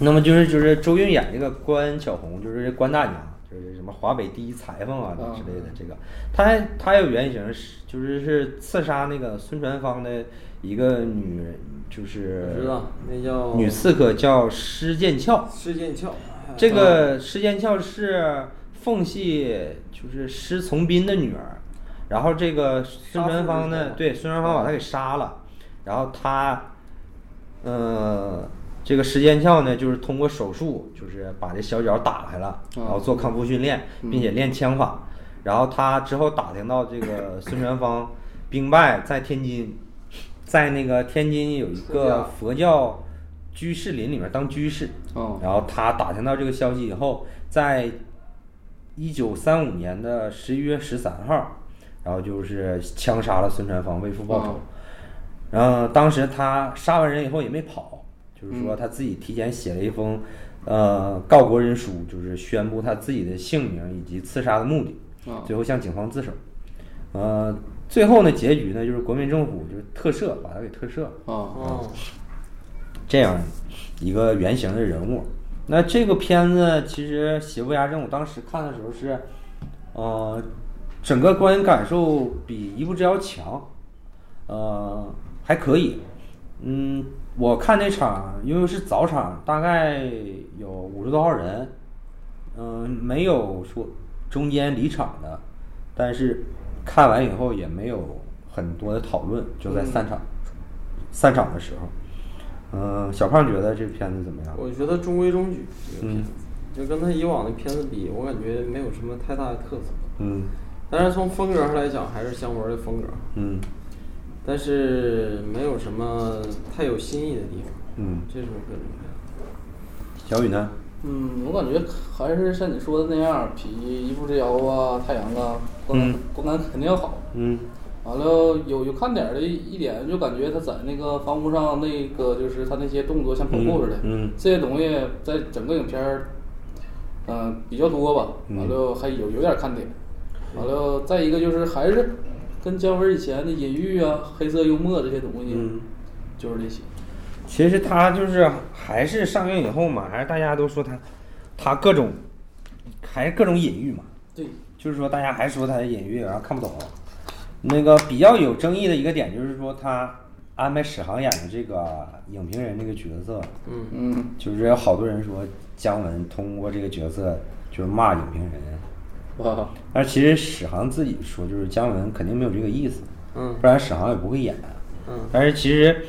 A: 那么就是就是周韵演这个关巧红，就是这关大娘，就是什么华北第一裁缝啊
B: 啊
A: 之类的这个，她她有原型是就是是刺杀那个孙传芳的一个女，就是
C: 我知道，哦那叫
A: 女刺客叫施剑翘，
C: 施剑翘，
A: 这个施剑翘是奉系就是施从斌的女儿，然后这个孙传芳
C: 杀父之
A: 呢，
C: 仇
A: 对孙传芳把她给杀了，然后她，呃，这个施剑翘呢，就是通过手术，就是把这小脚打开了，然
C: 哦
A: 后做康复训练，
C: 嗯
A: 并且练枪法，然后她之后打听到这个孙传芳兵败在天津，在那个天津有一个佛教居士林里面当居士，
B: 哦
A: 然后他打听到这个消息以后，在一九三五年的十一月十三号，然后就是枪杀了孙传芳为父报仇。
B: 哦
A: 然后当时他杀完人以后也没跑，就是说他自己提前写了一封，呃，告国人书，就是宣布他自己的姓名以及刺杀的目的
B: 啊，
A: 最后向警方自首。呃，最后呢，结局呢就是国民政府就是特赦，把他给特赦了。
B: 啊，
C: 哦，
A: 这样一个原型的人物。那这个片子其实《邪不压正》，我当时看的时候是，呃，整个观影感受比《一步之遥》强，呃，还可以。嗯，我看那场因为是早场，大概有五十多号人，嗯、没有说中间离场的，但是看完以后也没有很多的讨论，就在散场、散场的时候。嗯，小胖觉得这片子怎么样？
C: 我觉得中规中矩这个片子，
A: 嗯
C: 就跟他以往的片子比，我感觉没有什么太大的特色。
A: 嗯
C: 但是从风格上来讲，还是姜文的风格，
A: 嗯
C: 但是没有什么太有新意的地方。
A: 嗯，
C: 这是我个人的。
A: 小雨呢？
B: 嗯，我感觉还是像你说的那样，比一步之遥啊、太阳啊、观感、
A: 嗯
B: 观感肯定要好。
A: 嗯
B: 完了，有有看点儿的一点，就感觉他在那个房屋上那个，就是他那些动作像跑步似的，
A: 嗯嗯
B: 这些东西在整个影片儿，嗯、比较多吧。
A: 嗯
B: 完了，还有有点看点。完了，再一个就是还是跟姜文以前的隐喻啊、黑色幽默这些东西，
A: 嗯，
B: 就是这些。
A: 其实他就是还是上映以后嘛，还是大家都说他，他各种还是各种隐喻嘛，
B: 对，
A: 就是说大家还说他的隐喻，然后看不懂。那个比较有争议的一个点就是说他安排史航演的这个影评人这个角色，
C: 嗯，
B: 嗯，
A: 就是有好多人说姜文通过这个角色就是骂影评人，
B: 哇，
A: 但其实史航自己说，就是姜文肯定没有这个意思，
C: 嗯
A: 不然史航也不会演。
C: 嗯，
A: 但是其实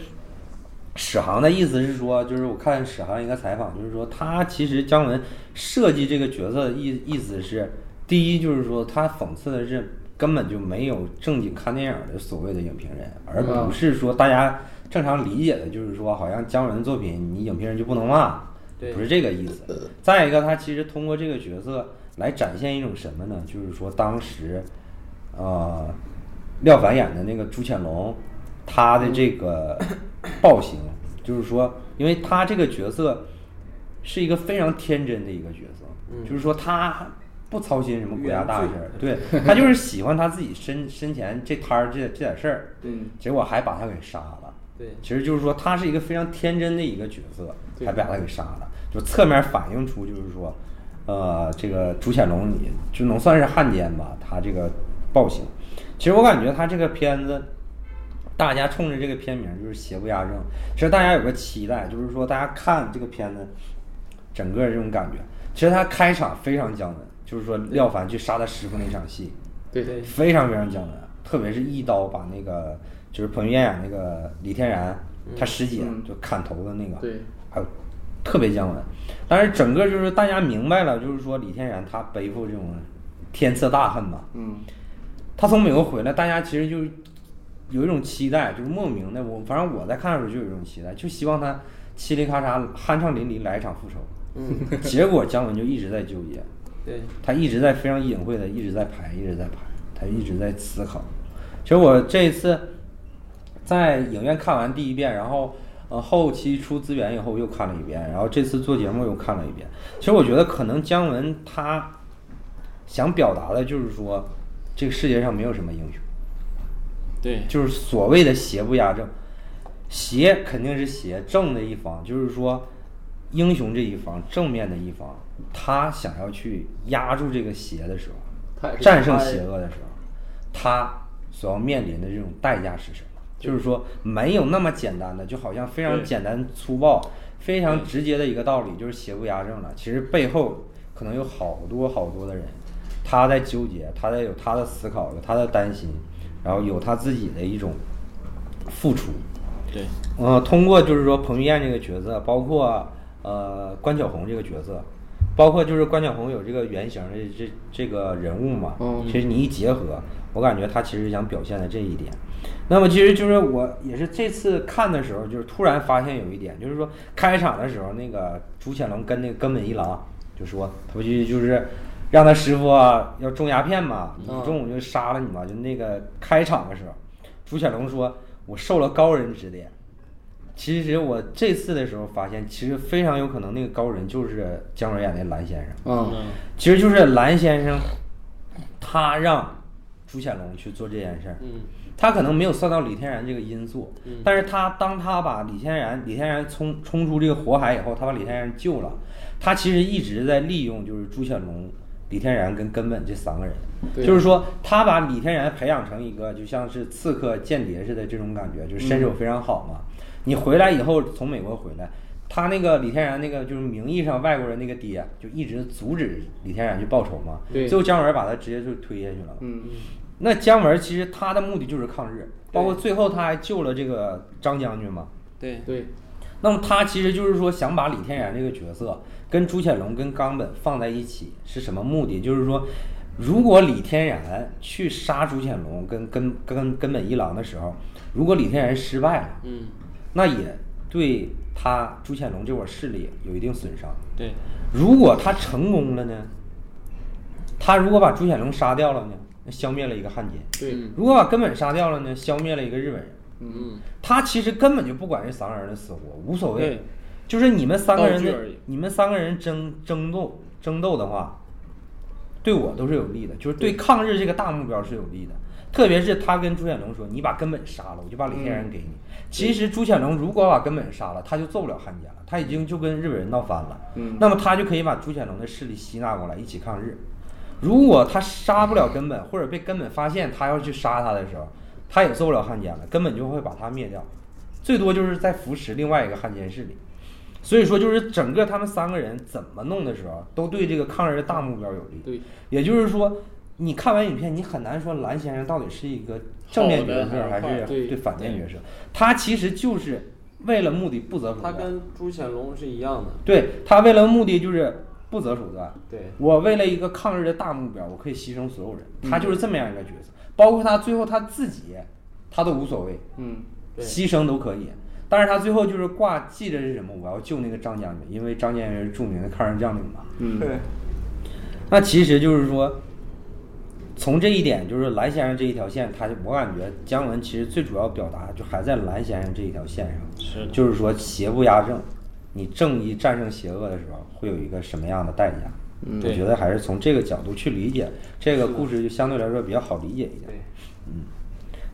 A: 史航的意思是说，就是我看史航一个采访，就是说他其实姜文设计这个角色的意意思是，第一就是说他讽刺的是根本就没有正经看电影的所谓的影评人，而
B: 嗯
A: 不是说大家正常理解的，就是说好像姜文的作品你影评人就不能骂，
C: 对嗯
A: 不是这个意思。再一个，他其实通过这个角色来展现一种什么呢？就是说当时，呃，廖凡演的那个朱潜龙，他的这
C: <coughs>
A: 个暴行，就是说，因为他这个角色是一个非常天真的一个角色，
C: 嗯
A: 就是说他不操心什么国家大事儿，
C: 原
A: 对他就是喜欢他自己身身前这摊儿这这点事儿，
B: 嗯，
A: 结果还把他给杀了。
C: 对
A: 其实就是说他是一个非常天真的一个角色，
B: 对
A: 还把他给杀了，就侧面反映出就是说，呃，这个朱潜龙也就能算是汉奸吧，他这个暴行。其实我感觉他这个片子，大家冲着这个片名就是“邪不压正”，其实大家有个期待，就是说大家看这个片子，整个这种感觉。其实他开场非常姜文，就是说廖凡去杀他师傅那场戏，
B: 对
C: 对
A: 非常非常讲究，特别是一刀把那个就是彭于晏演那个李天然，他师姐
B: 嗯
A: 就砍头的那个，
B: 对，
A: 还有特别姜文。但是整个就是大家明白了，就是说李天然他背负这种天赐大恨嘛，
B: 嗯，
A: 他从美国回来，大家其实就有一种期待，就是莫名的，我反正我在看的时候就有一种期待，就希望他嘁哩喀嚓、酣畅淋漓来一场复仇。
C: 嗯，
A: 结果姜文就一直在纠结，
C: 对，
A: 他一直在非常隐晦的一直在排，一直在排，他一直在思考。其实我这一次在影院看完第一遍，然后呃后期出资源以后又看了一遍，然后这次做节目又看了一遍。其实我觉得可能姜文他想表达的就是说，这个世界上没有什么英雄，
C: 对，
A: 就是所谓的邪不压正，邪肯定是邪正的一方，就是说英雄这一方正面的一方，他想要去压住这个邪的时
B: 他也
A: 候，
B: 是
A: 战胜邪恶的时候，他所要面临的这种代价是什么？就是说没有那么简单的，就好像非常
C: 对
A: 简单粗暴、非常直接的一个道理，就是邪不压正了。其实背后可能有好多好多的人，他在纠结，他在有他的思考，有他的担心，然后有他自己的一种付出。
C: 对，
A: 呃，通过就是说彭于晏这个角色，包括呃关晓红这个角色，包括就是关晓红有这个原型的这这这个人物嘛，
B: 嗯
A: 其实你一结合，我感觉他其实想表现的这一点。那么其实就是我也是这次看的时候，就是突然发现有一点，就是说开场的时候，那个朱潜龙跟那个根本一郎就说，他不就就是让他师傅啊要种鸦片嘛，你
B: 嗯
A: 种我就杀了你嘛，就那个开场的时候，朱潜龙说：“我受了高人指点。其实我这次的时候发现，其实非常有可能那个高人就是姜文演的蓝先生。
B: 嗯，
A: 其实就是蓝先生，他让朱显龙去做这件事儿。
C: 嗯，
A: 他可能没有算到李天然这个因素，
B: 嗯
A: 但是他当他把李天然，李天然冲冲出这个火海以后，他把李天然救了，他其实一直在利用就是朱显龙、李天然跟根本这三个人，
B: 对
A: 就是说他把李天然培养成一个就像是刺客间谍似的这种感觉，就是身手非常好嘛。你回来以后从美国回来。他那个李天然那个就是名义上外国人那个爹，就一直阻止李天然去报仇嘛。
B: 对
A: 最后姜文把他直接就推下去了。
B: 嗯，
A: 那姜文其实他的目的就是抗日，包括最后他还救了这个张将军嘛。
C: 对，
B: 对，
A: 那么他其实就是说想把李天然这个角色跟朱潜龙跟冈本放在一起，是什么目的？就是说，如果李天然去杀朱潜龙跟跟跟根本一郎的时候，如果李天然失败了，
C: 嗯，
A: 那也对他朱潜龙这伙势力有一定损伤。
C: 对，
A: 如果他成功了呢？他如果把朱显龙杀掉了呢？那消灭了一个汉奸。
B: 对，
A: 如果把根本杀掉了呢？消灭了一个日本人。
C: 嗯，
A: 他其实根本就不管这三个人的死活，无所谓
C: 对。
A: 就是你们三个人
C: 道具
A: 的
C: 而已，
A: 你们三个人争争斗争斗的话，对我都是有利的，就是对抗日这个大目标是有利的。特别是他跟朱显龙说：“你把根本杀了，我就把李天然给你。
C: 嗯
A: 其实朱显龙如果把根本杀了，他就做不了汉奸了，他已经就跟日本人闹翻了。
B: 嗯
A: 那么他就可以把朱显龙的势力吸纳过来，一起抗日。如果他杀不了根本，或者被根本发现他要去杀他的时候，他也做不了汉奸了，根本就会把他灭掉，最多就是在扶持另外一个汉奸势力。所以说，就是整个他们三个人怎么弄的时候，都对这个抗日的大目标有利。
B: 对，
A: 也就是说，你看完影片，你很难说蓝先生到底是一个正面角色还
C: 好的还是
A: 是
C: 坏
B: 对
A: 对反面角色，他其实就是为了目的不择手
C: 他
A: 段。
C: 跟朱显龙是一样的，
A: 对他为了目的就是不择手段。
C: 对，
A: 我为了一个抗日的大目标，我可以牺牲所有人。他就是这么样一个角色，包括他最后他自己，他都无所谓，
B: 嗯，
C: 对
A: 牺牲都可以。但是他最后就是挂记着是什么？我要救那个张将军，因为张将军是著名的抗日将领嘛。
B: <laughs> 嗯，，
A: 那其实就是说，从这一点，就是蓝先生这一条线，他就我感觉姜文其实最主要表达就还在蓝先生这一条线上，
C: 是的，
A: 就是说邪不压正，你正义战胜邪恶的时候，会有一个什么样的代价？
B: 嗯
A: 我觉得还是从这个角度去理解这个故事，就相对来说比较好理解一点。
C: 对，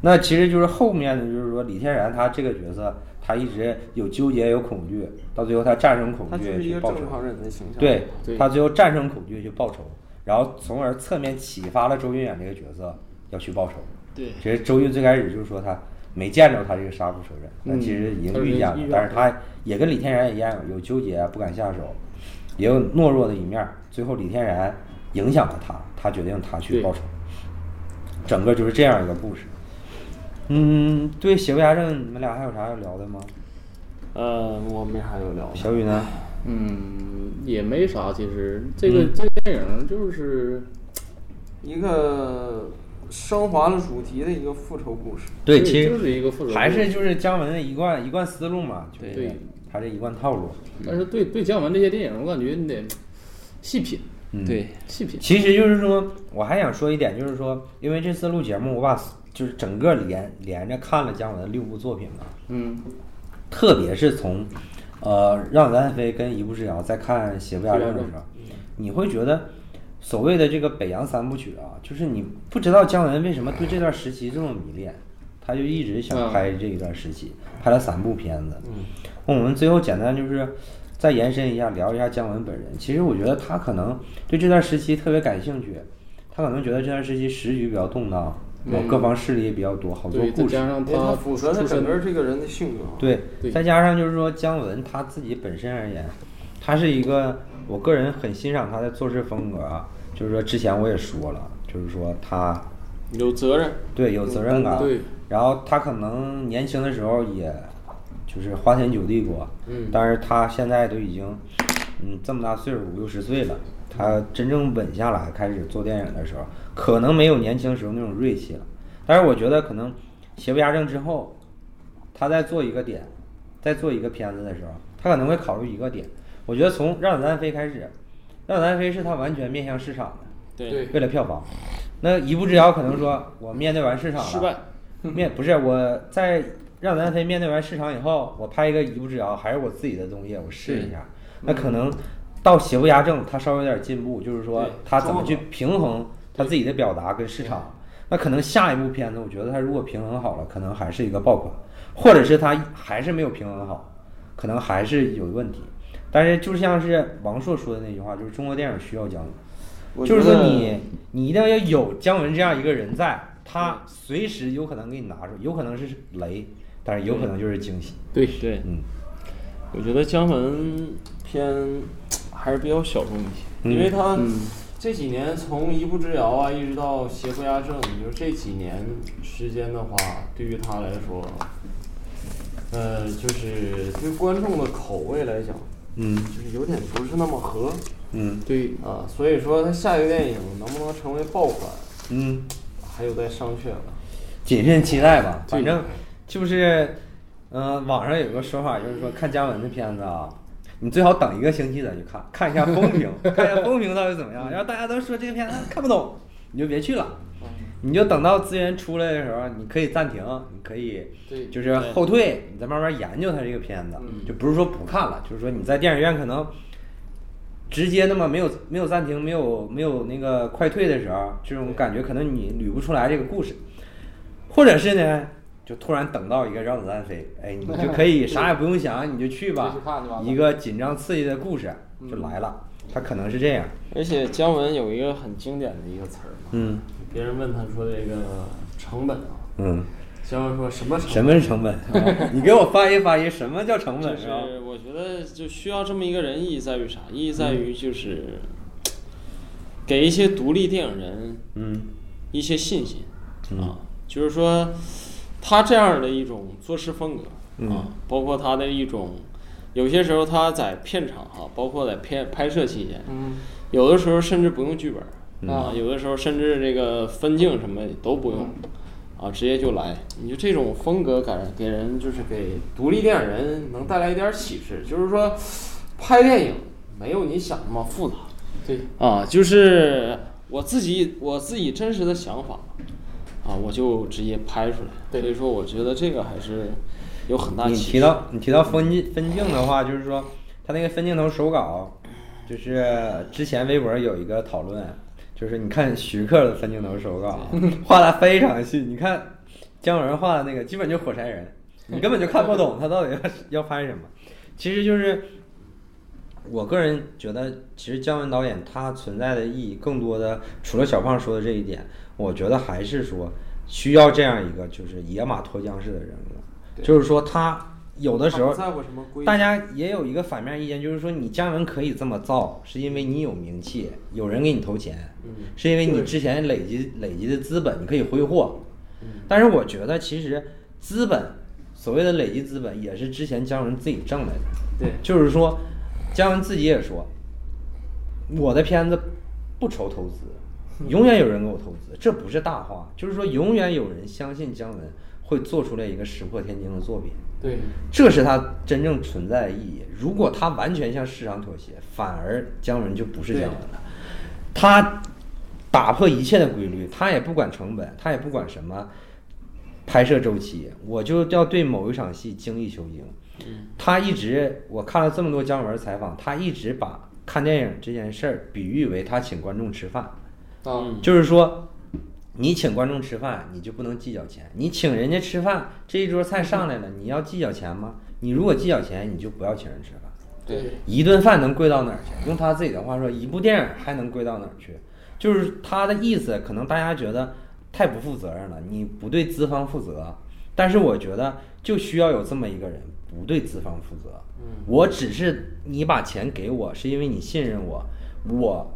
A: 那其实就是后面的，就是说李天然他这个角色，他一直有纠结有恐惧，到最后他战胜恐
C: 他就
A: 惧
C: 是一
A: 去
C: 个
A: 报仇
C: 正。常人的形象，
A: 对
B: 对
A: 他最后战胜恐惧去报仇，然后从而侧面启发了周韵演这个角色要去报仇。
C: 对
A: 其实周韵最开始就是说他没见着他这个杀父仇人，但
B: 嗯
A: 其实已
B: 他
A: 经
B: 是
A: 遇见了，
B: 遇见
A: 但是他也跟李天然一样有纠结，啊不敢下手，也有懦弱的一面儿。最后李天然影响了他，他决定他去
B: 对
A: 报仇。整个就是这样一个故事。嗯，对邪不压正，你们俩还有啥要聊的吗？
C: 呃，我没啥有聊的，
A: 小雨呢？
B: 嗯，也没啥，其实这个这个电影就是，
C: 一个升华了主题的一个复仇故事，
A: 对，
B: 对
A: 其实
B: 就是一个复仇
A: 还是就是姜文的一贯一贯思路嘛，就是
B: 对
A: 他这一贯套路。
B: 但是对对姜文这些电影，我感觉你得细品，
A: 嗯，，
C: 对，
B: 细品，
A: 其实就是说，我还想说一点，就是说，因为这次录节目，我把就是整个连连着看了姜文的六部作品嘛，
B: 嗯，
A: 特别是从呃《让子弹飞》跟《一步之遥》再看《邪不压正》的时候，
B: 嗯
A: 你会觉得所谓的这个北洋三部曲啊，就是你不知道姜文为什么对这段时期这么迷恋，他就一直想
B: 嗯
A: 拍这一段时期，拍了三部片子。那我们最后简单就是再延伸一下，聊一下姜文本人。其实我觉得他可能对这段时期特别感兴趣，他可能觉得这段时期时局比较动荡，然后各方势力也比较多，好多
B: 嗯对，再
A: 故事。
B: 加上
C: 因为嗯它
B: 他
C: 符合他
B: 出
C: 整
B: 身
C: 个这个人的性格，，
A: 对，
B: 对
A: 再加上就是说姜文他自己本身而言，他是一个我个人很欣赏他的做事风格啊，就是说之前我也说了，就是说他
C: 有责任，
A: 对有责任感，
B: 对，
A: 然后他可能年轻的时候也就是花天酒地过，
C: 嗯
A: 但是他现在都已经嗯这么大岁数五六十岁了，他真正稳下来开始做电影的时候，可能没有年轻时候那种锐气了，但是我觉得可能邪不压正之后，他在做一个点，在做一个片子的时候，他可能会考虑一个点，我觉得从《让子弹飞》开始，《让子弹飞》是他完全面向市场的。
C: 对
B: 对
A: 为了票房。那一步之遥可能说，我面对完市场了，
C: 失败
A: 面不是我在《让子弹飞》面对完市场以后，我拍一个一步之遥，还是我自己的东西，我试一下。那可能到邪不压正，他稍微有点进步，就是说
C: 对
A: 他怎么去平衡他自己的表达跟市场。那可能下一部片子，我觉得他如果平衡好了，可能还是一个爆款，或者是他还是没有平衡好，可能还是有问题。但是就像是王朔说的那句话，就是中国电影需要姜
C: 我
A: 文，就是
C: 觉
A: 说
C: 得
A: 你你一定要有姜文这样一个人在，他随时有可能给你拿出，有可能是雷，但是有可能就是惊喜。
B: 对，
C: 对，
A: 嗯，
C: 我觉得姜文偏还是比较小众一些，
A: 嗯
C: 因为他
B: 嗯
C: 这几年从《一步之遥》啊，一直到《邪不压正》，就是这几年时间的话，对于他来说，呃，就是对观众的口味来讲，
A: 嗯
C: 就是有点不是那么合
A: 嗯
B: 对，
C: 啊，所以说他下一个电影能不能成为爆款，
A: 嗯，
C: 还有待商榷吧。
A: 谨慎期待吧。
B: 对
A: 反正就是，嗯、网上有个说法，就是说看姜文的片子啊，你最好等一个星期再去看，看一下风评，看一下风评到底怎么
B: <laughs> 嗯
A: 样。然后大家都说这个片子看不懂，你就别去了。你就等到资源出来的时候，你可以暂停，你可以
B: 对嗯
A: 就是后退，你再慢慢研究它这个片子，就不是说不看了，就是说你在电影院可能直接那么没有没有暂停，没有没有那个快退的时候，这种感觉可能你捋不出来这个故事，或者是呢，就突然等到一个让子弹飞，哎，你就可
B: <laughs>
A: 以啥也不用想，你就去吧
B: 就去嗯看就完，了
A: 一个紧张刺激的故事啊就来了，它可能是这样，
C: 而且姜文有一个很经典的一个词儿嘛，
A: 嗯
C: 别人问他说这个成本啊，
A: 嗯，
C: 姜文说什么成本？
A: 什么是成本？ <laughs> 你给我翻译翻译，什么叫成
C: 就
A: 本是
C: 是
A: 吧？
C: 我觉得就需要这么一个人，意义在于啥？意义在于就是给一些独立电影人
A: 嗯
C: 一些信心啊，就是说他这样的一种做事风格啊，包括他的一种，有些时候他在片场哈、包括在片拍摄期间，
B: 嗯，
C: 有的时候甚至不用剧本儿、
B: 嗯
C: 啊，有的时候甚至这个分镜什么都不用，啊，直接就来。你就这种风格感给人就是给独立电影人能带来一点儿启示，就是说拍电影没有你想那么复杂
B: 对，
C: 啊，就是我自己我自己真实的想法啊，我就直接拍出来。
B: 对
C: 所以说，我觉得这个还是有很大
A: 你
C: 启示。
A: 提到你提到分镜分镜的话，就是说他那个分镜头手稿，就是之前微博有一个讨论，就是你看徐克的分镜头手稿画的非常细，你看姜文画的那个基本就火柴人，你根本就看不懂他到底要要 <laughs> 拍什么。其实就是我个人觉得，其实姜文导演他存在的意义，更多的除了小胖说的这一点，我觉得还是说需要这样一个就是野马脱缰式的人物，就是说他有的时候
C: 他不在乎什么规矩
A: 大家也有一个反面意见，就是说你姜文可以这么造，是因为你有名气，有人给你投钱，
C: 嗯
A: 是因为你之前累积累积的资本，你可以挥霍。
C: 嗯
A: 但是我觉得其实资本所谓的累积资本，也是之前姜文自己挣来的。
C: 对
A: 就是说，姜文自己也说，我的片子不愁投资，
C: <laughs>
A: 永远有人给我投资，这不是大话，就是说永远有人相信姜文会做出来一个石破天惊的作品，
B: 对，
A: 这是他真正存在的意义。如果他完全向市场妥协，反而姜文就不是姜文了。他打破一切的规律，他也不管成本，他也不管什么拍摄周期，我就要对某一场戏精益求精。他一直，我看了这么多姜文采访，他一直把看电影这件事儿比喻为他请观众吃饭，
C: 嗯
B: 啊，
A: 就是说，你请观众吃饭，你就不能计较钱；你请人家吃饭，这一桌菜上来了，你要计较钱吗？你如果计较钱，你就不要请人吃饭。
B: 对，
A: 一顿饭能贵到哪儿去？用他自己的话说，一部电影还能贵到哪儿去？就是他的意思，可能大家觉得太不负责任了，你不对资方负责。但是我觉得就需要有这么一个人，不对资方负责。我只是你把钱给我，是因为你信任我，我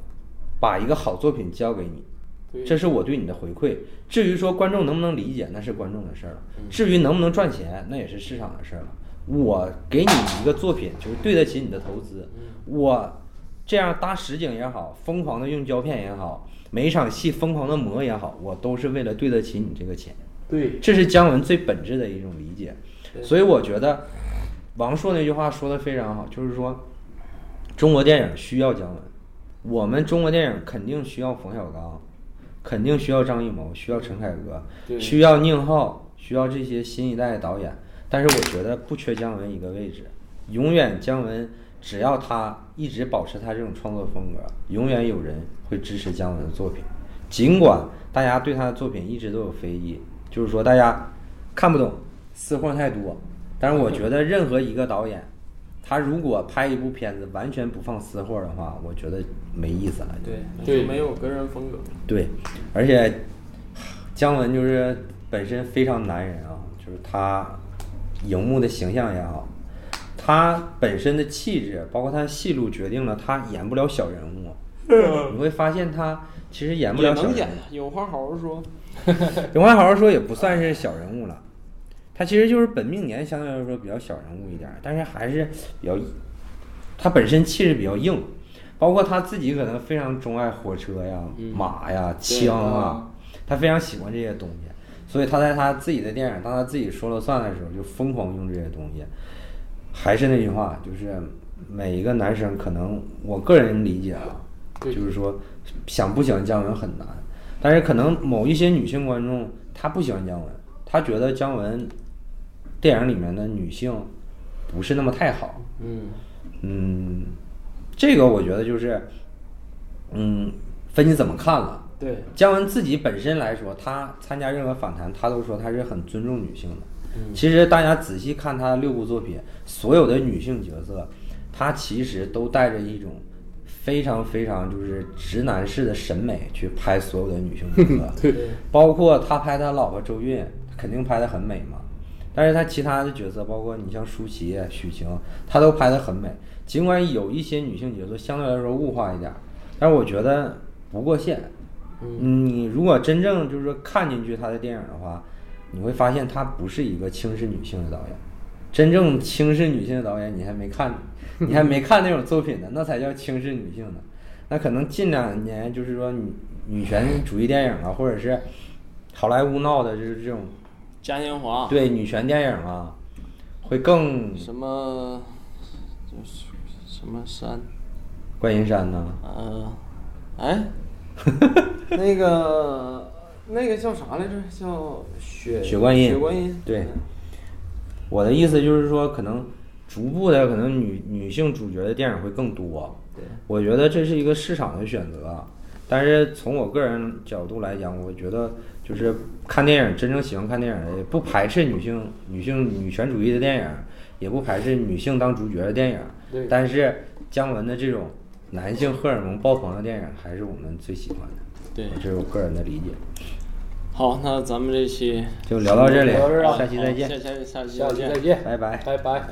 A: 把一个好作品交给你，
B: 对，
A: 这是我对你的回馈。至于说观众能不能理解，那是观众的事儿了；至于能不能赚钱，那也是市场的事儿了。我给你一个作品，就是对得起你的投资。我这样搭实景也好，疯狂的用胶片也好，每一场戏疯狂的磨也好，我都是为了对得起你这个钱。
B: 对，
A: 这是姜文最本质的一种理解。所以我觉得王朔那句话说的非常好，就是说中国电影需要姜文，我们中国电影肯定需要冯小刚，肯定需要张艺谋，需要陈凯歌，
B: 对
A: 需要宁浩，需要这些新一代的导演。但是我觉得不缺姜文一个位置，永远姜文只要他一直保持他这种创作风格，永远有人会支持姜文的作品，尽管大家对他的作品一直都有非议，就是说大家看不懂，私货太多。但是我觉得任何一个导演，他如果拍一部片子完全不放私货的话，我觉得没意思了。
C: 对，
B: 对
C: 就没有个人风格。
A: 对，而且姜文就是本身非常男人啊，就是他荧幕的形象也好，他本身的气质，包括他的戏路，决定了他演不了小人
C: <laughs>
A: 物。你会发现他其实演不
C: 也
A: 了小
C: 能
A: 人
C: 演啊
A: 物。
C: 呀，有话好好说。
A: <laughs> 永华好好说也不算是小人物了，他其实就是本命年相对来说比较小人物一点儿，但是还是比较，他本身气质比较硬，包括他自己可能非常钟爱火车呀、
C: 嗯
A: 马呀、枪啊，他非常喜欢这些东西，所以他在他自己的电影当他自己说了算的时候，就疯狂用这些东西。还是那句话，就是每一个男生可能我个人理解啊，
B: 对
A: 就是说想不喜欢姜文很难，但是可能某一些女性观众她不喜欢姜文，她觉得姜文电影里面的女性不是那么太好，
C: 嗯，
A: 嗯，这个我觉得就是，嗯，分你怎么看了。
C: 对，
A: 姜文自己本身来说，他参加任何访谈，他都说他是很尊重女性的。其实大家仔细看他的六部作品，所有的女性角色，她其实都带着一种非常非常就是直男式的审美去拍所有的女性角色。
B: 对，
A: 包括他拍他老婆周韵，肯定拍的很美嘛。但是他其他的角色，包括你像舒淇、啊许晴，他都拍的很美。尽管有一些女性角色相对来说物化一点儿，但是我觉得不过线。嗯，你如果真正就是说看进去他的电影的话，你会发现他不是一个轻视女性的导演。真正轻视女性的导演，你还没看，你还没看那种作品呢，那才叫轻视女性呢。那可能近两年就是说女女权主义电影啊，或者是好莱坞闹的就是这种
C: <laughs> 嘉年华，
A: 对女权电影啊，会更
C: 什么就是什么山，
A: 观音山呢、
C: 呃，
A: <laughs>
C: 哎，那个那个叫啥来着？叫雪
A: 雪观音
C: 雪观音。
A: 对
C: 嗯
A: 我的意思就是说，可能逐步的，可能女女性主角的电影会更多。
C: 对
A: 我觉得这是一个市场的选择啊。但是从我个人角度来讲，我觉得就是看电影，真正喜欢看电影的，也不排斥女性、女性女权主义的电影，也不排斥女性当主角的电
B: 对
A: 影。但是姜文的这种男性荷尔蒙爆棚的电影，还是我们最喜欢的。
C: 对，
A: 这是我个人的理解。
C: 好，那咱们这期
A: 就聊到这里
B: 聊到这儿，啊
A: 下期再见
C: 好，下下下期
B: 下
C: 再
B: 期
C: 见
B: 再。见，
A: 拜拜。
B: 拜拜。
C: 拜